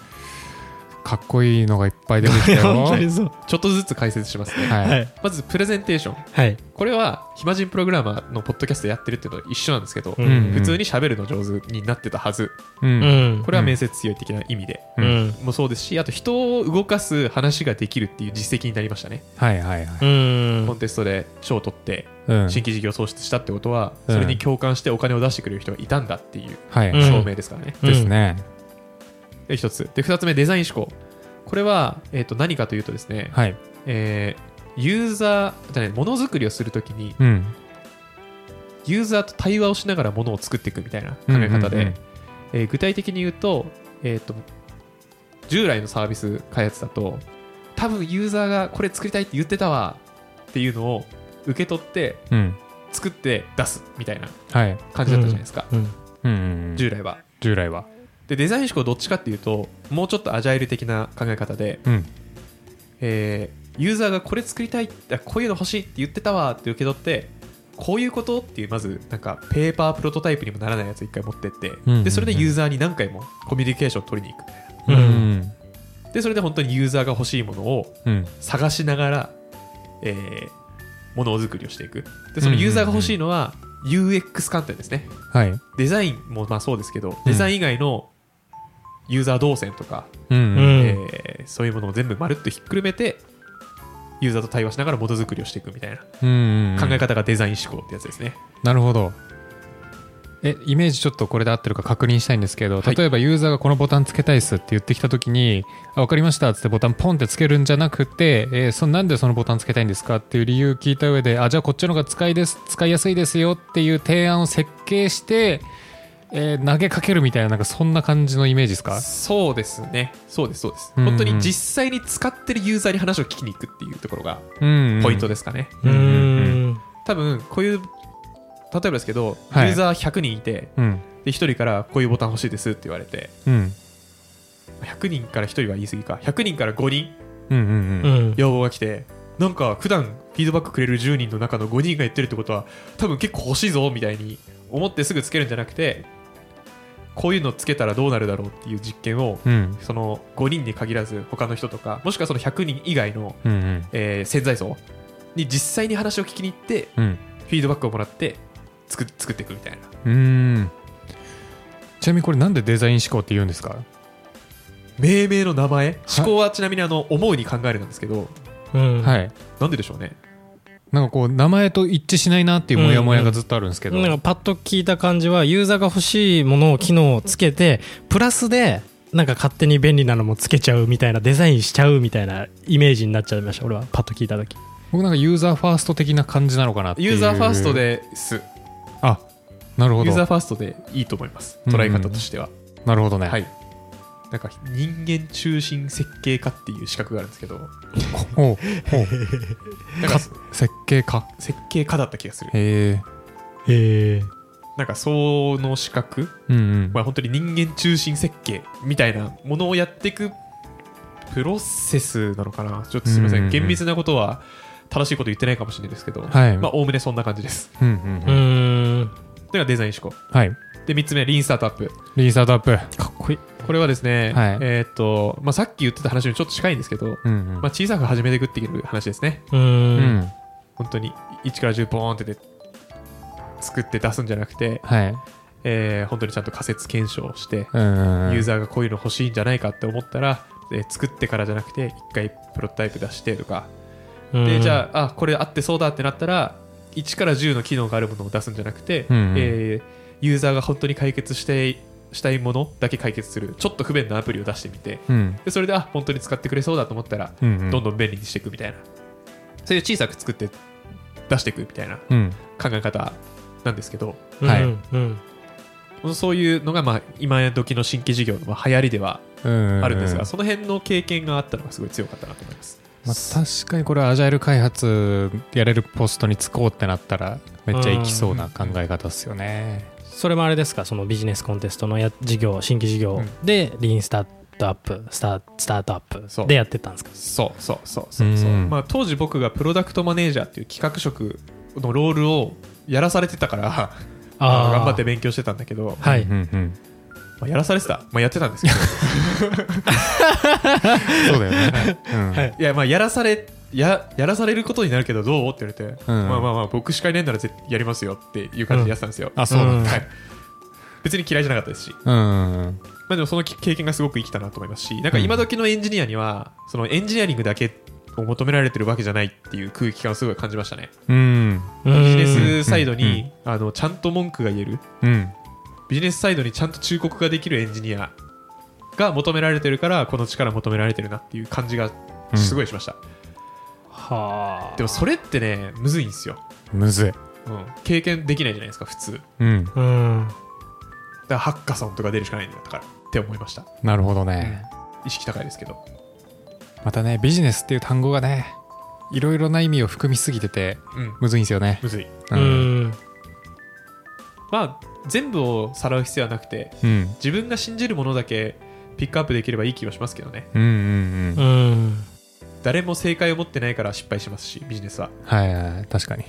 S2: かっこいいのがいっぱい出てきた よ
S3: 本当にそう
S1: ちょっとずつ解説します ね、
S2: はい、
S3: はい
S1: まずプレゼンテーション
S3: はい
S1: これは暇人プログラマーのポッドキャストやってるっていうのと一緒なんですけど、
S3: うん
S1: 普通に喋るの上手になってたはず
S2: う
S3: うんん
S1: これは面接強い的な意味で、
S3: うん
S1: もそうですしあと人を動かす話ができるっていう実績になりましたね、
S2: はいはいは
S3: う
S2: い
S3: ん
S1: コンテストで賞を取って
S2: うん
S1: 新規事業創出したってことは、
S2: うん
S1: それに共感してお金を出してくれる人がいたんだっていう
S2: はい、
S3: ん
S1: 証明ですからね、
S3: うん
S2: ですね
S1: で一つで2つ目デザイン思考これは、えー、と何かというとですね、
S2: はい
S1: えーユーザーじゃないものづくりをするときに
S2: うん
S1: ユーザーと対話をしながらものを作っていくみたいな考え方で、
S2: うんうん
S1: えー具体的に言うと,、えー、と従来のサービス開発だと多分ユーザーがこれ作りたいって言ってたわっていうのを受け取って
S2: うんうん
S1: 作って出すみたいな
S2: はい
S1: 感じだったじゃないですか、
S3: うん
S2: うんうんうん
S1: 従来は
S2: 従来は
S1: でデザイン思考どっちかっていうともうちょっとアジャイル的な考え方で、
S2: うん
S1: えーユーザーがこれ作りたいあこういうの欲しいって言ってたわって受け取ってこういうことっていうまずなんかペーパープロトタイプにもならないやつ一回持ってって、
S2: んうん
S1: でそれでユーザーに何回もコミュニケーション取りに行く
S3: うん
S2: うん
S1: でそれで本当にユーザーが欲しいものを
S2: うん
S1: 探しながら、えーものづくりをしていくでそのユーザーが欲しいのは UX 観点ですね
S2: はい
S1: デザインもまあそうですけどデザイン以外のユーザー動線とか、
S2: うん
S3: う
S2: うん
S3: ん
S1: えーそういうものを全部まるっとひっくるめてユーザーと対話しながらものづくりをしていくみたいな
S2: うんうん
S1: 考え方がデザイン思考ってやつですね、
S2: なるほどえイメージちょっとこれで合ってるか確認したいんですけど、
S1: はい
S2: 例えばユーザーがこのボタンつけたいっすって言ってきた時に「あ分かりました」っつってボタンポンってつけるんじゃなくて、えーそなんでそのボタンつけたいんですかっていう理由聞いた上で「あじゃあこっちの方が使いです使いやすいですよ」っていう提案を設計して、えー投げかけるみたいななんかそんな感じのイメージですか
S1: そうですねそうですそうです、
S2: うんうん
S1: 本当に実際に使ってるユーザーに話を聞きに行くっていうところが
S2: うんうん
S1: ポイントですかね、
S3: うん
S2: うん
S3: うん
S1: 多分こういう例えばですけど、
S2: はい
S1: ユーザー100人いて
S2: うん
S1: で1人からこういうボタン欲しいですって言われて
S2: うん
S1: 100人から1人は言い過ぎか100人から5人
S2: うんうん
S3: う
S2: うん
S3: ん、
S1: 要望が来てなんか普段フィードバックくれる10人の中の5人が言ってるってことは多分結構欲しいぞみたいに思ってすぐつけるんじゃなくてこういうのつけたらどうなるだろうっていう実験を
S2: うん
S1: その5人に限らず他の人とかもしくはその100人以外の、
S2: うんうん
S1: えー潜在層に実際に話を聞きに行って
S2: うん
S1: フィードバックをもらって作作っていくみたいな
S2: うんちなみにこれなんでデザイン思考って言うんですか
S1: 命名の名前思考はちなみにあの思うに考えるなんですけど
S3: うん
S2: はい
S1: なんででしょうね
S2: なんかこう名前と一致しないなっていうモヤモヤがずっとあるんですけど
S3: なんかパッと聞いた感じはユーザーが欲しいものを機能をつけてプラスでなんか勝手に便利なのもつけちゃうみたいなデザインしちゃうみたいなイメージになっちゃいました俺はパッと聞いた時
S2: 僕なんかユーザーファースト的な感じなのかなっていう
S1: ユーザーファーストですユ
S2: あなるほ
S1: ーザー
S2: ど
S1: ファーストでいいと思います捉え方としては、
S2: なるほどね、
S1: はいなんか人間中心設計家っていう資格があるんですけどなん
S2: ほうほう
S1: か
S2: 設計家
S1: 設計家だった気がする
S2: へえ
S3: へえ
S1: なんかその資格
S2: うんうん、
S1: まあ、本当に人間中心設計みたいなものをやっていくプロセスなのかなちょっとすみませ
S2: うん
S1: ん
S2: うんうん
S1: 厳密なことは正しいこと言ってないかもしれないですけど
S2: はい
S1: まあおおむねそんな感じです
S2: うんうん
S3: う
S2: うん
S3: ーん
S1: というのがデザイン思考
S2: はい
S1: で3つ目リーンスタートアップ
S2: リーサートアップ
S3: かっこいい
S1: これはですね、
S2: はい
S1: えーっと、まあ、さっき言ってた話にちょっと近いんですけど、
S2: うんうん
S1: まあ、小さく始めていくっていう話ですね
S3: うー
S2: うんん
S1: 本当に1から10ボーンってで作って出すんじゃなくて、
S2: はい
S1: えー本当にちゃんと仮説検証して
S2: うんうんうん
S1: ユーザーがこういうの欲しいんじゃないかって思ったら、えー作ってからじゃなくて一回プロトタイプ出してとか、でじゃああこれ合ってそうだってなったら1から10の機能があるものを出すんじゃなくて、
S2: うんうん
S1: えーユーザーが本当に解決してしたいものだけ解決するちょっと不便なアプリを出してみて
S2: うん
S1: でそれであ本当に使ってくれそうだと思ったら、
S2: うんうん
S1: どんどん便利にしていくみたいなそういう小さく作って出していくみたいな
S2: うん
S1: 考え方なんですけど
S3: あ
S2: はい
S3: うんうん
S1: そういうのがまあ今時の新規事業のまあ流行りでは
S2: うん
S1: あるんですが、その辺の経験があったのがすごい強かったなと思います。
S2: まあ、確かにこれはアジャイル開発やれるポストに就こうってなったらめっちゃいきそうな考え方っすよね。
S3: それもあれですかそのビジネスコンテストのや事業新規事業
S1: うん
S3: でリーンスタートアップスタースタートアッ
S1: そ
S3: プ
S1: う
S3: でやってたんですか
S1: そうそうそうそうそう、
S2: うん
S1: まあ、当時僕がプロダクトマネージャーっていう企画職のロールをやらされてたから
S3: あー
S1: 頑張って勉強してたんだけど、
S3: はい
S2: うんうん、
S1: まあ、やらされてた、まあ、やってたんですけど
S2: そうだよね。うん
S3: はい
S1: いやまあやらされややらされることになるけどどうって言われて、
S2: うん
S1: まあまあまあ僕しかいないなら絶やりますよっていう感じでやってたんですよ、
S2: あそうなんだ。
S1: はい、別に嫌いじゃなかったですし、
S2: うんうんうん
S1: まあ、でもその経験がすごく生きたなと思いますしなんか今時のエンジニアにはそのエンジニアリングだけを求められてるわけじゃないっていう空気感をすごい感じましたね
S2: うん
S3: ビ
S1: ビジネスサイドにあのちゃんと文句が言える
S2: うん
S1: ビジネスサイドにちゃんと忠告ができるエンジニアが求められてるからこの力求められてるなっていう感じがすごいしました、
S3: はあ
S1: でもそれってねむずいんですよ、
S2: むずい。
S1: うん、経験できないじゃないですか普通だか
S2: うん、
S3: うん
S1: らハッカソンとか出るしかないんだからって思いました
S2: なるほどね。
S1: 意識高いですけど
S2: またねビジネスっていう単語がねいろいろな意味を含みすぎてて
S1: うん
S2: むずいんですよね。
S1: むずい
S3: うん
S1: まあ全部をさらう必要はなくて
S2: うん
S1: 自分が信じるものだけピックアップできればいい気はしますけどね
S2: うんうんうん
S3: うん
S1: 誰も正解を持ってないから失敗しますしビジネスは
S2: はいはい確かに。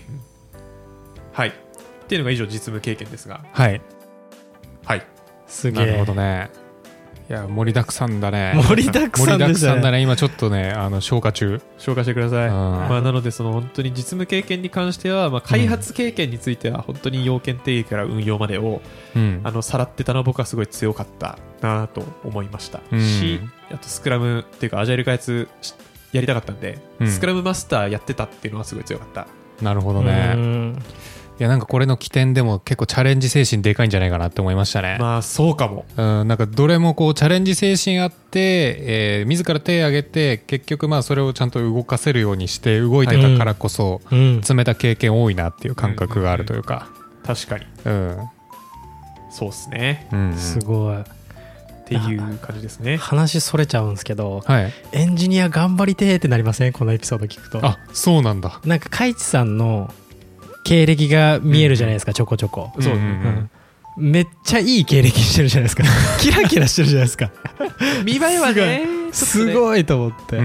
S1: はいっていうのが以上実務経験ですが
S2: はい。
S1: はい
S3: すげ
S2: な
S3: え
S2: るほどね。いや盛りだくさんだね。
S3: 盛りだくさ
S2: 盛り
S3: んでしたね
S2: だくさんだね。今ちょっとねあの消化中。
S1: 紹介してください
S2: うん
S1: まあ、なのでその本当に実務経験に関しては、まあ、開発経験については本当に要件定義から運用までを、
S2: うん
S1: あのさらってたのは僕はすごい強かったなと思いました、
S2: うん
S1: しあとスクラムっていうかアジャイル開発しやりたかったんで、
S2: うん
S1: スクラムマスターやってたっていうのはすごい強かった
S2: なるほど
S3: う
S2: ね。
S3: ん
S2: いやなんかこれの起点でも結構チャレンジ精神でかいんじゃないかなって思いましたね。
S1: まあそうかも
S2: うん、なんかどれもこうチャレンジ精神あって、えー自ら手を挙げて結局まあそれをちゃんと動かせるようにして動いてたからこそ
S3: うん
S2: 詰めた経験多いなっていう感覚があるというか、
S1: 確かに
S2: うん
S1: そうっすね
S2: うん
S3: すごい
S1: っていう感じですね
S3: 話それちゃうんですけど
S2: はい、
S3: エンジニア頑張りてーってなりませんこのエピソード聞くと
S2: あそうなんだ。
S3: なんかカイチさんの経歴が見えるじゃないですかちょこちょこ
S1: そう
S2: うんうんうん
S3: うんめっちゃいい経歴してるじゃない ですかキラキラしてるじゃないですか
S1: 見栄えはね
S3: す
S1: い
S3: ごいと思って、
S2: うん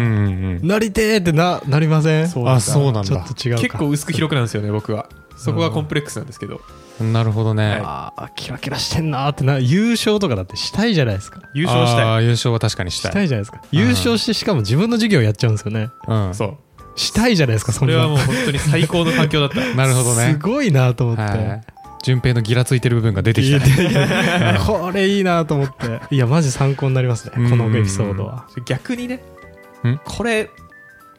S2: うん
S3: なりてーってななりません
S1: そう
S2: あそうなん
S3: ちょ
S2: だ
S3: っと違うか
S1: 結構薄く広くなんですよね僕はそこがコンプレックスなんですけど
S2: なるほどね、
S3: あーキラキラしてんなーってな優勝とかだってしたいじゃないですか
S1: 優勝した
S2: あ
S1: い
S2: ー優勝は確かにし
S3: した
S2: い
S3: たいじゃないですか優勝してしかも自分の授業やっちゃうんですよね
S2: うん、
S1: そう
S3: したいじゃないですかそ
S1: こ
S3: んな
S1: れはもう本当に最高の環境だった
S2: なるほどね
S3: すごいなと思って、
S2: はい順平のギラついてる部分が出てきた、ね、
S3: いいこれいいなと思っていやマジ参考になりますねこのエピソードは
S1: 逆にね
S2: ん
S1: これ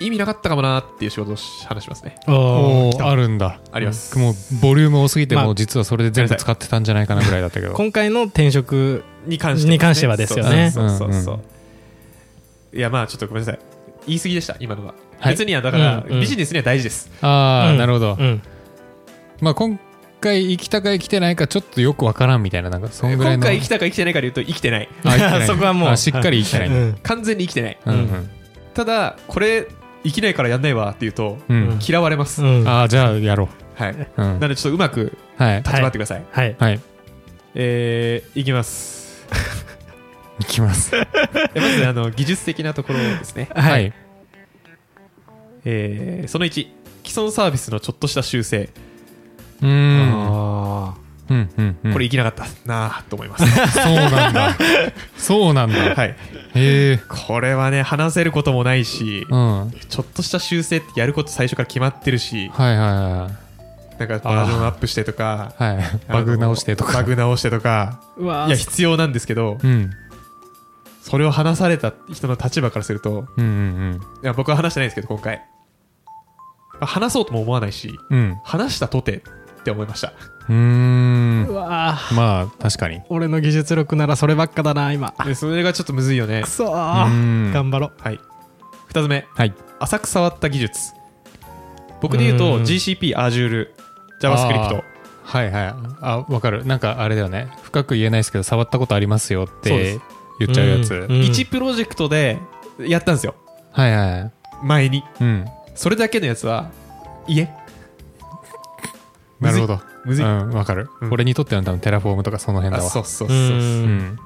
S1: 意味なかったかもなーっていう仕事を話しますね
S3: お
S2: お
S3: ー
S2: ーあるんだ
S1: あります
S2: もうボリューム多すぎて、
S3: まあ
S2: もう実はそれで全部使ってたんじゃないかなぐらいだったけど
S3: 今回の転職
S1: に関しても
S3: に関してはですよね
S1: そうそうそうそう
S2: うん
S1: いやまあちょっとごめんなさい言い過ぎでした今のは、
S2: はい
S1: 別にはだから、
S3: うんうん
S1: ビジネスには大事です
S2: ああ、
S3: うん
S2: なるほど、
S3: うん
S2: まあ今回生きたか生きてないかちょっとよくわからんみたいななんかそんぐらい
S1: 今
S2: の
S1: 回生きたか生きてないかで言うと生きてない
S2: あ生きてない
S3: そこはもう
S2: あしっかり生きてない、
S3: うん
S1: 完全に生きてない
S2: うん
S1: ただこれ生きないからやんないわっていうと
S2: うんうん
S3: うん
S1: 嫌われます、
S3: うん
S2: ああじゃあやろ
S1: はい、な
S2: う、うん、
S1: のでちょっとうまく
S2: はい
S1: 立ち回ってください、
S3: はい
S2: はい
S1: えー、いきます
S2: いきます
S1: えまずあの技術的なところですね、
S2: はい
S1: えー、その1既存サービスのちょっとした修正
S2: うーん
S3: あ
S2: うんうんうん
S1: これ生きなかったなあと思 います
S2: そうなんだそうなんだ
S1: はい
S2: へえ
S1: これはね話せることもないし
S2: うんはい
S1: ちょっとした修正ってやること最初から決まってるし
S2: はいは
S1: なんかバージョンアップしてとか
S2: いはいバグ直してとか
S1: バグ直してとか
S3: ーうわ
S1: い
S3: ー
S1: や必要なんですけど
S2: うん
S1: それを話された人の立場からすると
S2: うんうん
S1: いや僕は話してないですけど今回話そうとも思わないし
S2: うん
S1: 話したとてって思いました
S2: うんうー
S3: うんわー
S2: まあ確かに
S3: 俺の技術力ならそればっかだな今
S1: でそれがちょっとむずいよね
S3: くそ
S2: う
S3: ー
S2: ん
S3: 頑張ろう
S1: はい2つ目
S2: はい
S1: 浅く触った技術僕で言うと
S3: うん
S1: GCP、Azure、JavaScript
S2: あーはいはいあわかるなんかあれだよね深く言えないですけど触ったことありますよっ
S1: そうで
S2: て
S1: す
S2: 言っちゃうやつ、
S3: んん
S1: 1プロジェクトでやったんですよ
S2: はいはい
S1: 前に
S2: うん
S1: それだけのやつはいえ
S2: なるほど
S1: むず
S2: う
S1: い
S2: んわかる、
S1: うん
S2: 俺にとっては多分テラフォームとかその辺
S1: あ
S2: だわ
S1: そうそうそう
S3: う
S1: そう
S2: うんん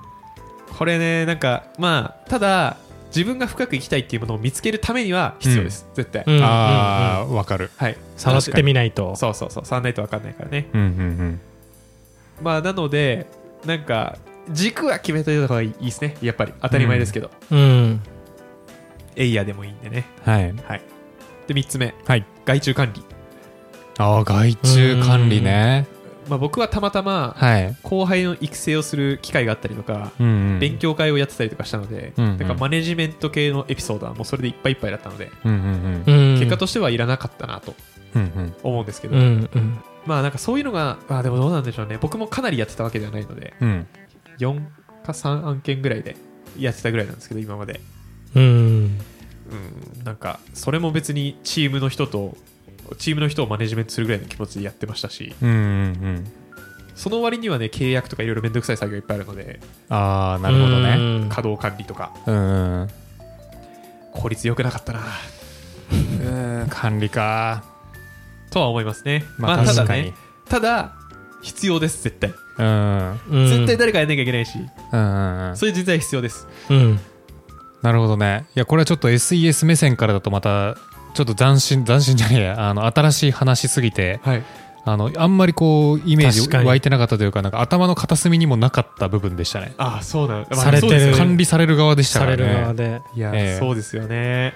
S1: これねなんかまあただ自分が深く生きたいっていうものを見つけるためには必要です、絶対、
S3: うん
S2: ああわ、かる
S1: はい
S3: 触ってみないと
S1: そうそうそう触んないと分かんないからね
S2: うんうん
S1: まあなのでなんか軸は決めといた方がいいですねやっぱり当たり前ですけど、
S3: うん
S1: エイヤーでもいいんでね
S2: うんはい
S1: はいで3つ目
S2: はい
S1: 害虫管理、
S2: ああ害虫管理ね
S1: まあ、僕はたまたま
S2: はい
S1: 後輩の育成をする機会があったりとか、
S2: うんうん
S1: 勉強会をやってたりとかしたので、
S2: うんうん
S1: なんかマネジメント系のエピソードはもうそれでいっぱいいっぱいだったので、
S2: うんうん
S3: うん
S1: 結果としてはいらなかったなと
S2: うんうん
S1: 思うんですけど、
S3: うんうん
S1: まあなんかそういうのが、まあでもどうなんでしょうね。僕もかなりやってたわけではないので、
S2: うんうん
S1: 4か3案件ぐらいでやってたぐらいなんですけど、今まで。
S3: うん
S1: うん、なんかそれも別にチームの人と、チームの人をマネジメントするぐらいの気持ちでやってましたし、
S2: うんうんうん
S1: その割にはね、契約とかいろいろめんどくさい作業いっぱいあるので、
S2: ああなるほどね
S1: 稼働管理とか、
S2: うんうん
S1: 効率良くなかったな
S2: うん管理か
S1: とは思いますね。
S2: ま
S1: ま
S2: あ
S1: あた
S2: 確
S1: だ
S2: か
S1: ね
S2: に、
S1: ただ、必要です、絶対。
S2: うんうん
S3: うん
S1: 絶対誰かやんなきゃいけないし、
S2: うんうん
S1: そういう人材必要です。
S3: うん
S2: なるほどね。いや、これはちょっと SES 目線からだとまた、ちょっと斬新、斬新じゃねえや、あの、新しい話すぎて、
S1: はい。
S2: あの、あんまりこう、イメージ
S3: 確かに
S2: 湧いてなかったというか、なんか頭の片隅にもなかった部分でしたね。
S1: ああ、そうなんだ。まあ
S3: されてる
S1: そうですよね
S2: 管理される側でした
S3: さ
S2: か
S3: れ
S2: らね。
S3: る側で
S1: いや、
S2: ええ
S1: そうですよね。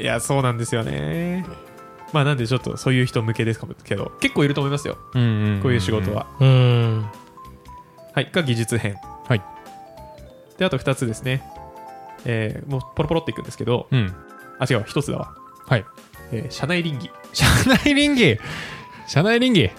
S1: いや、そうなんですよね。まあ、なんでちょっとそういう人向けですかもけど、結構いると思いますよ、
S2: うんんんん
S1: こういう仕事。は。
S3: うん
S1: はい、が技術編。
S2: はい。
S1: で、あと2つですね。えーもうポロポロっていくんですけど、
S2: うん。
S1: あ、違う、1つだわ。
S2: はい。
S1: えー社内倫理
S2: 社内倫理社内倫理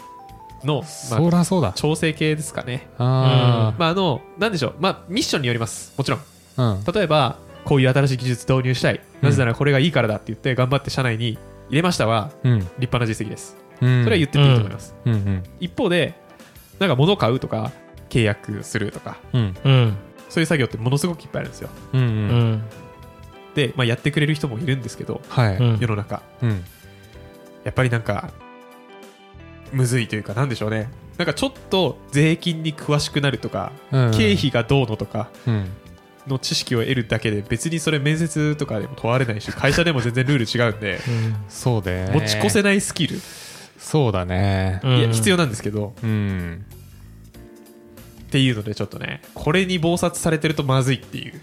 S1: の、ま
S2: そ
S1: あ、
S2: らそうだ。
S1: 調整系ですかね。
S2: あ
S1: まあ、あの、なんでしょう、まあ、ミッションによります、もちろん。
S2: あ。うん。
S1: 例えば、こういう新しい技術導入したい。なぜならこれがいいからだって言って、頑張って社内に入れましたは、
S2: うん。
S1: 立派な実績です。
S2: うん
S1: それは言ってっていいと思います。
S2: うんうん。
S1: 一方でなんか物を買うとか契約するとか
S2: うん。
S3: うん
S1: そういう作業ってものすごくいっぱいあるんですよ
S2: うん
S3: う
S2: うん。
S3: ん
S1: で、まあ、やってくれる人もいるんですけど
S2: は
S3: う
S2: い。
S3: ん
S1: 世の中
S2: うん。
S1: やっぱりなんかむずいというかなんでしょうねなんかちょっと税金に詳しくなるとか、
S2: うん
S1: 経費がどうのとか
S2: うん
S1: の知識を得るだけで別にそれ面接とかでも問われないし会社でも全然ルール違うんで
S2: そうで
S1: 持ち越せないスキル、
S2: そうだね
S3: うん
S1: いや必要なんですけど
S2: うん
S1: っていうのでちょっとねこれに忙殺されてるとまずいっていう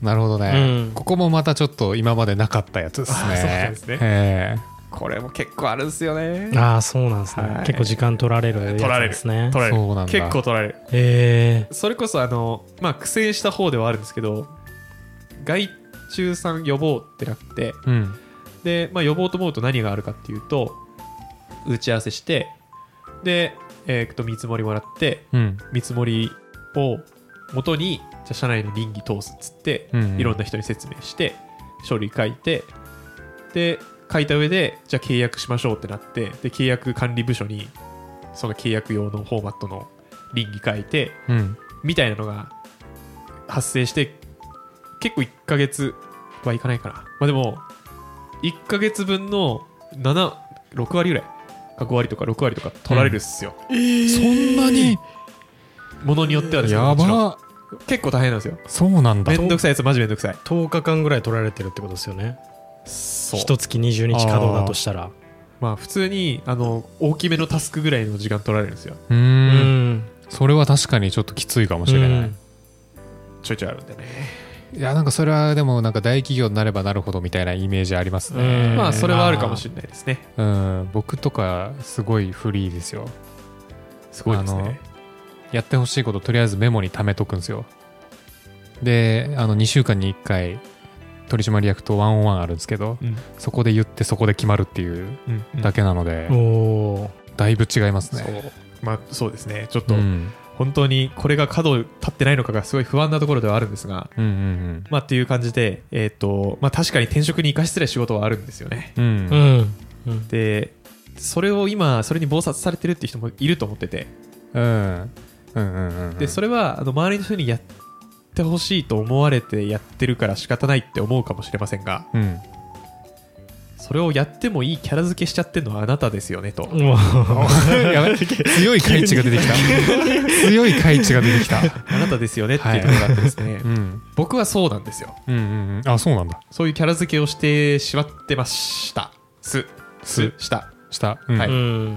S2: なるほどね、
S3: うん
S2: ここもまたちょっと今までなかったやつです
S1: あ
S2: ね
S1: そうなんですね
S2: え
S1: これも結構あるんですよね
S3: ああそうなんですね、
S1: はい
S3: 結構時間取られるやつ
S1: 取られ
S3: で
S1: る
S3: すね
S1: 取られ
S2: そうなん
S1: る
S2: だ
S1: 結構取られる
S3: ええ
S1: それこそあのまあ苦戦した方ではあるんですけど害虫さん予防ってなって
S2: えうん
S1: で、まあ、予防と思うと何があるかっていうと打ち合わせしてで、えーっと見積もりもらって
S2: うん
S1: 見積もりを元にじゃあ社内の倫理通すっつって、
S2: うんうん
S1: いろんな人に説明して書類書いてで書いた上でじゃあ契約しましょうってなってで契約管理部署にその契約用のフォーマットの倫理書いて
S2: うん
S1: みたいなのが発生して結構1ヶ月はいかないかなまあでも1ヶ月分の76割ぐらいか5割とか6割とか取られるっすよ、
S2: そんなに
S1: ものによってはですよ
S2: や
S1: もちろん
S2: ば
S1: 結構大変なんですよ
S2: そうなんだ
S1: めんどくさいやつマジめんどくさい
S3: 10日間ぐらい取られてるってことですよね
S1: そう
S3: 一月20日稼働だとしたら
S1: まあ普通にあの大きめのタスクぐらいの時間取られるんですよ
S2: うー
S3: うんん
S2: それは確かにちょっときついかもしれない、
S3: うん
S1: ちょいちょいあるんでね、
S2: いやなんかそれはでもなんか大企業になればなるほどみたいなイメージあります
S3: うん
S2: ね、
S1: まあそれはあるかもしれないですね
S2: うん、僕とかすごいフリーですよ
S1: すごいですね
S2: やってほしいこととりあえずメモに貯めとくんですよであの2週間に1回取締役とワンオンワンあるんですけど
S1: うん
S2: そこで言ってそこで決まるっていう
S1: うんうん
S2: だけなので、
S3: おー
S2: だいぶ違います
S1: そう
S2: ね
S1: まあそうですねちょっ
S2: う
S1: と
S2: ん、
S1: 本当にこれが角立ってないのかがすごい不安なところではあるんですが
S2: うんうん
S1: まあっていう感じでえっ、とまあ確かに転職に生かしづらい仕事はあるんですよね
S2: うんうん
S3: うんうん
S1: でそれを今それに忙殺されてるって人もいると思ってて
S2: うんうんうんうん
S1: でそれはあの周りの人にやってほしいと思われてやってるから仕方ないって思うかもしれませんが
S2: うん
S1: それをやってもいいキャラ付けしちゃってるのはあなたですよねと
S3: おー
S2: やばい強い開地が出 てきた強い開地が出てきた、
S1: あなたですよねっていうところがあってですね、
S2: うん、うん
S1: 僕はそうなんですよ
S2: うんうんあそうなんだ
S1: そういうキャラ付けをしてしまってましたすすした
S2: した、うん、
S1: は
S3: う
S1: いや
S3: ん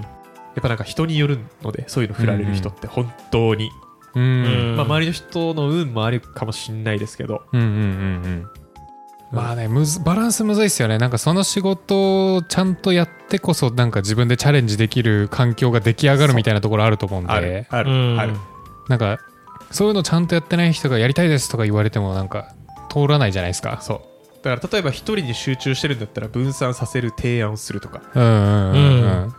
S1: っぱなんか人によるのでそういうの振られる人って本当に、
S2: うんうん
S1: まあ、周りの人の運もあるかもしれないですけど
S2: うんうんうんうんまあねむずバランスむずいっすよねなんかその仕事をちゃんとやってこそなんか自分でチャレンジできる環境が出来上がるみたいなところあると思うん
S1: ある
S2: で
S1: ある、
S3: うん
S1: ある
S2: なんかそういうのちゃんとやってない人がやりたいですとか言われてもなんか通らないじゃないですか
S1: そうだから例えば一人に集中してるんだったら分散させる提案をするとか
S2: うんうんうんうん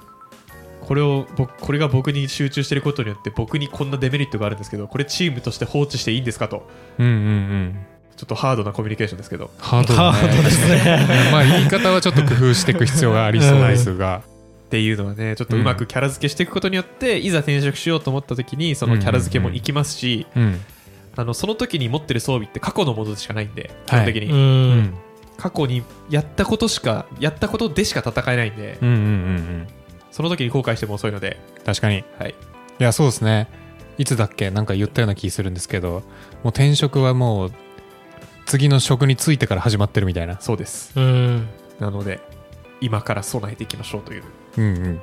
S1: これを僕これが僕に集中してることによって僕にこんなデメリットがあるんですけどこれチームとして放置していいんですかと
S2: うんうんうん
S1: ちょっとハードなコミュニケーションですけど
S2: ハードだね
S3: ハードですね
S2: まあ言い方はちょっと工夫していく必要がありそうですが、
S1: っていうのはねちょっとうまくキャラ付けしていくことによって、いざ転職しようと思った時にそのキャラ付けもいきますし、
S2: うん
S1: あのその時に持ってる装備って過去のものでしかないんで基
S2: はい
S1: 本的に、
S3: う
S2: うんん
S1: 過去にやったことしかやったことでしか戦えないんで、
S2: うんうんうんうん
S1: その時に後悔しても遅いので、
S2: 確かに
S1: はい、
S2: いやそうですねいつだっけなんか言ったような気するんですけどもう転職はもう次の職に就いてから始まってるみたいな
S1: そうです
S3: うん
S1: なので今から備えていきましょうという
S2: うんうん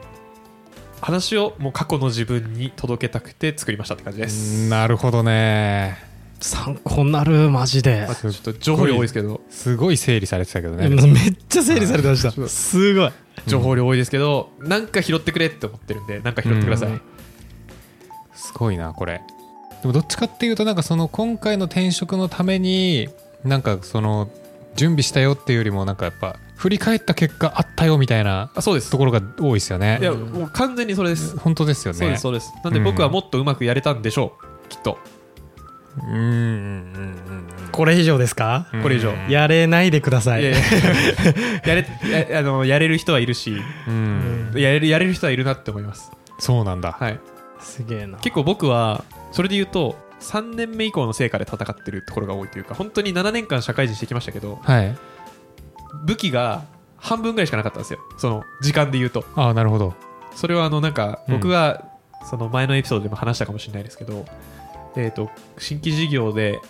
S1: 話をもう過去の自分に届けたくて作りましたって感じです、
S2: なるほどね
S3: 参考になるマジで
S1: まあ、ちょっと情報量多いですけど
S2: すごい整理されてたけど
S3: め
S2: ね
S3: っちゃ整理されてまし
S1: そう
S3: たすごい
S1: 情報量多いですけど、なんか拾ってくれって思ってるんでなんか拾ってください、
S3: うん
S2: すごいなこれでもどっちかっていうとなんかその今回の転職のためになんかその準備したよっていうよりもなんかやっぱ振り返った結果あったよみたいな
S1: あそうです
S2: ところが多いですよ
S1: いや
S2: ね
S1: もう完全にそれです、
S2: 本当ですよね
S1: そうですそうですなんで僕はもっとうまくやれたんでしょう、きっと
S2: うんうんうん
S3: これ以上ですか
S2: うん
S1: これ以上
S3: やれないでくださ
S1: いやい
S3: い
S1: やや れやあのやれる人はいるし
S2: うん
S1: やれるやれる人はいるなって思います、
S2: そうなんだ
S1: はい、
S3: すげえな
S1: 結構僕はそれで言うと3年目以降の成果で戦ってるところが多いというか本当に7年間社会人してきましたけど
S2: はい
S1: 武器が半分ぐらいしかなかったんですよその時間で言うと
S2: ああなるほど
S1: それはあのなんか
S2: うん
S1: 僕がその前のエピソードでも話したかもしれないですけど、えー、と新規事業で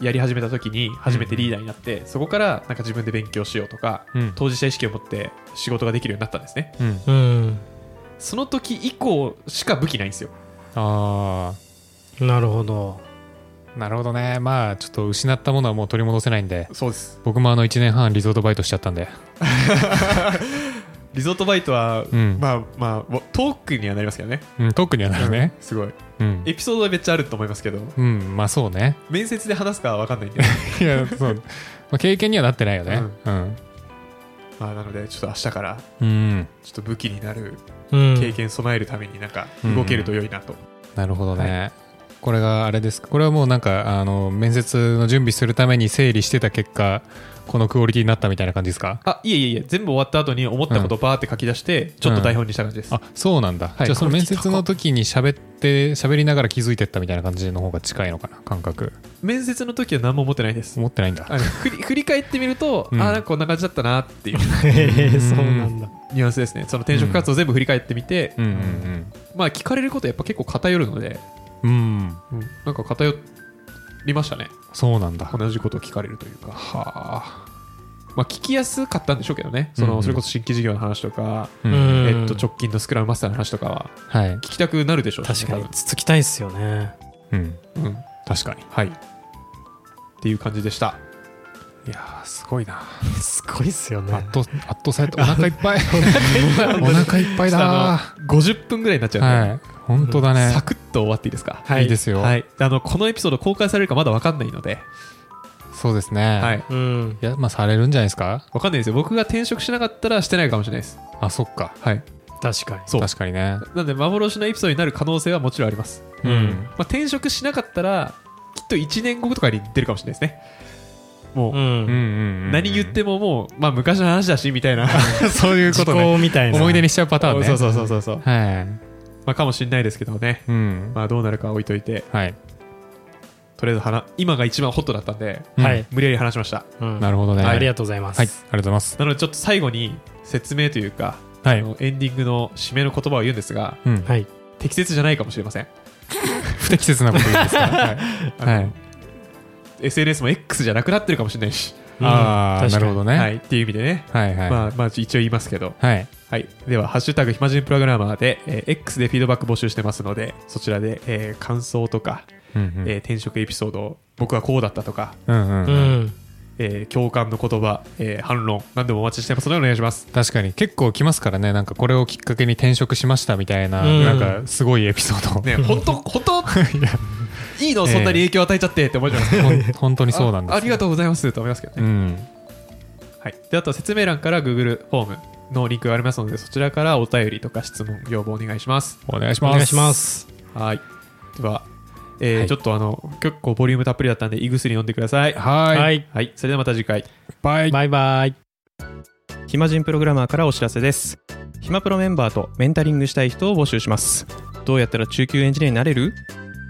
S1: やり始めた時に初めてリーダーになって、そこからなんか自分で勉強しようとか
S2: うん
S1: 当事者意識を持って仕事ができるようになったんですね
S2: うん
S3: うん
S1: その時以降しか武器ないんですよ
S2: あ
S3: なるほど
S2: あなるほどねまあちょっと失ったものはもう取り戻せないんで
S1: そうです
S2: 僕もあの1年半リゾートバイトしちゃったんで
S1: リゾートバイトは、
S2: うん
S1: まあまあトークにはなりますけどね
S2: うん特にはなるね
S1: すごい
S2: うん
S1: エピソードはめっちゃあると思いますけど
S2: うんまあそうね
S1: 面接で話すかは分かんないんで
S2: いやそう、 まあ、経験にはなってないよねうん
S1: まあなのでちょっと明日から
S2: うん
S1: ちょっと武器になる
S3: うん
S1: 経験備えるためになんか動けると良いなと、
S2: なるほどね、これがあれですかこれはもうなんかあの面接の準備するために整理してた結果このクオリティになったみたいな感じですか
S1: あいえいえいえ全部終わった後に思ったことをバーって書き出して、ちょっと台本にした感じです、
S2: あそうなんだ、
S1: い
S2: じゃあその面接の時に喋って喋りながら気づいてったみたいな感じの方が近いのかな感覚
S1: 面接の時は何も持ってないです
S2: 思ってないんだ
S1: あの振り振り返ってみると、
S2: うん
S1: ああなんかこんな感じだったなっていう
S3: へえ そうなんだ
S1: ニュアンスですねその転職活動全部振り返ってみて、
S2: うんうん
S1: まあ聞かれることやっぱ結構偏るので、
S2: うんうん
S1: なんか偏りましたね
S2: そうなんだ
S1: 同じことを聞かれるというかまあ聞きやすかったんでしょうけどねそ
S2: うんう
S1: の
S2: ん
S1: それこそ新規事業の話とか、
S2: うん
S3: うん
S1: えっと、直近のスクラムマスターの話とかは
S2: はい、
S1: 聞きたくなるでしょうし
S3: 確
S1: ね
S3: かにつつきたいっすよね
S2: うん、
S1: 多分うん
S2: 確かに
S1: はい。っていう感じで した。いやー、すごいな。
S3: すごいっすよ
S2: 圧倒圧倒されたお腹いっぱい お腹いっぱいだ
S1: あの50分ぐらいになっちゃうんで、
S2: はい本当だね
S1: サ、クッと終わっていいですか。
S2: い、いですよ、
S1: はい、あのこのエピソード公開されるかまだ分かんないので、
S2: そうですね、、
S1: はいい、
S3: うん
S2: やまあされるんじゃないですか
S1: 分かんないですよ僕が転職しなかったらしてないかもしれないです
S2: あそっか
S1: はい
S3: 確かに
S1: そう
S2: 確かにね
S1: なんで幻のエピソードになる可能性はもちろんあります、
S2: うん、
S1: まあ、転職しなかったらきっと1年後とかに出るかもしれないですねもう、
S2: うんうん
S3: ん
S2: うん
S1: 何言ってももう、まあ、昔の話だしみたい な
S2: もそういう
S3: 時
S2: ことね
S3: 効みたいな
S2: 思い出にしちゃうパターンね
S1: そうそうそうそうそう、
S2: は
S1: まあ、かもしれないですけどね
S2: いうん
S1: まあどうなるかは置いといて
S2: はい
S1: とりあえず話今が一番ホットだったんで
S3: は
S2: うん
S3: い
S1: 無理やり話しました
S3: うん
S2: なるほどね
S3: あり
S2: はい
S3: がとうございます
S2: ありがとうございます
S1: なのでちょっと最後に説明というか、
S2: は
S1: あ
S2: い
S1: のエンディングの締めの言葉を言うんですが
S2: うん
S3: はい
S1: 適切じゃないかもしれません
S2: 不適切なこと言うんです から
S1: あの
S2: はい
S1: SNS も X じゃなくなってるかもしれないし、
S3: うん
S2: ああ
S3: 確
S2: な
S3: かに
S2: るほどね
S1: は
S2: はい
S1: い、っていう意味でね、
S2: はい
S1: ま
S2: は
S1: あ、まあ一応言いますけど、
S2: いはい
S1: はい、では「ハッシュタグ暇人プログラマーで」えー X でフィードバック募集してますのでそちらで、えー感想とか、
S2: うんう
S1: え
S2: ん
S1: ー転職エピソード僕はこうだったとか、
S2: うん
S3: う
S2: うん
S3: ん
S1: えー共感の言葉、えー反論何でもお待ちしてますのでお願いします
S2: 確かに結構来ますからねなんかこれをきっかけに転職しましたみたいな、
S3: うん
S2: なんかすごいエピソード、
S1: ね、本当、本当、いいの、そんなに影響与えちゃってって思っちゃいます。
S2: ほん本当にそうなんです
S1: あありが
S2: と
S1: とうございますと思いますけど
S2: う
S1: ね。
S2: ん
S1: はい、であと、説明欄から Google フォームのリンクがありますので、そちらからお便りとか質問、要望お願いします。
S2: お願いし
S3: お
S2: ます
S3: 願いします
S1: はい。では、えー
S2: はい
S1: ちょっとあの、結構ボリュームたっぷりだったんで、胃薬飲んでください。は
S2: はい、
S3: はい
S1: い、それではまた次回。
S2: バイ
S3: バイバイ
S5: 暇人プログラマーからお知らせです暇プロメンバーとメンタリングしたい人を募集しますどうやったら中級エンジニアになれる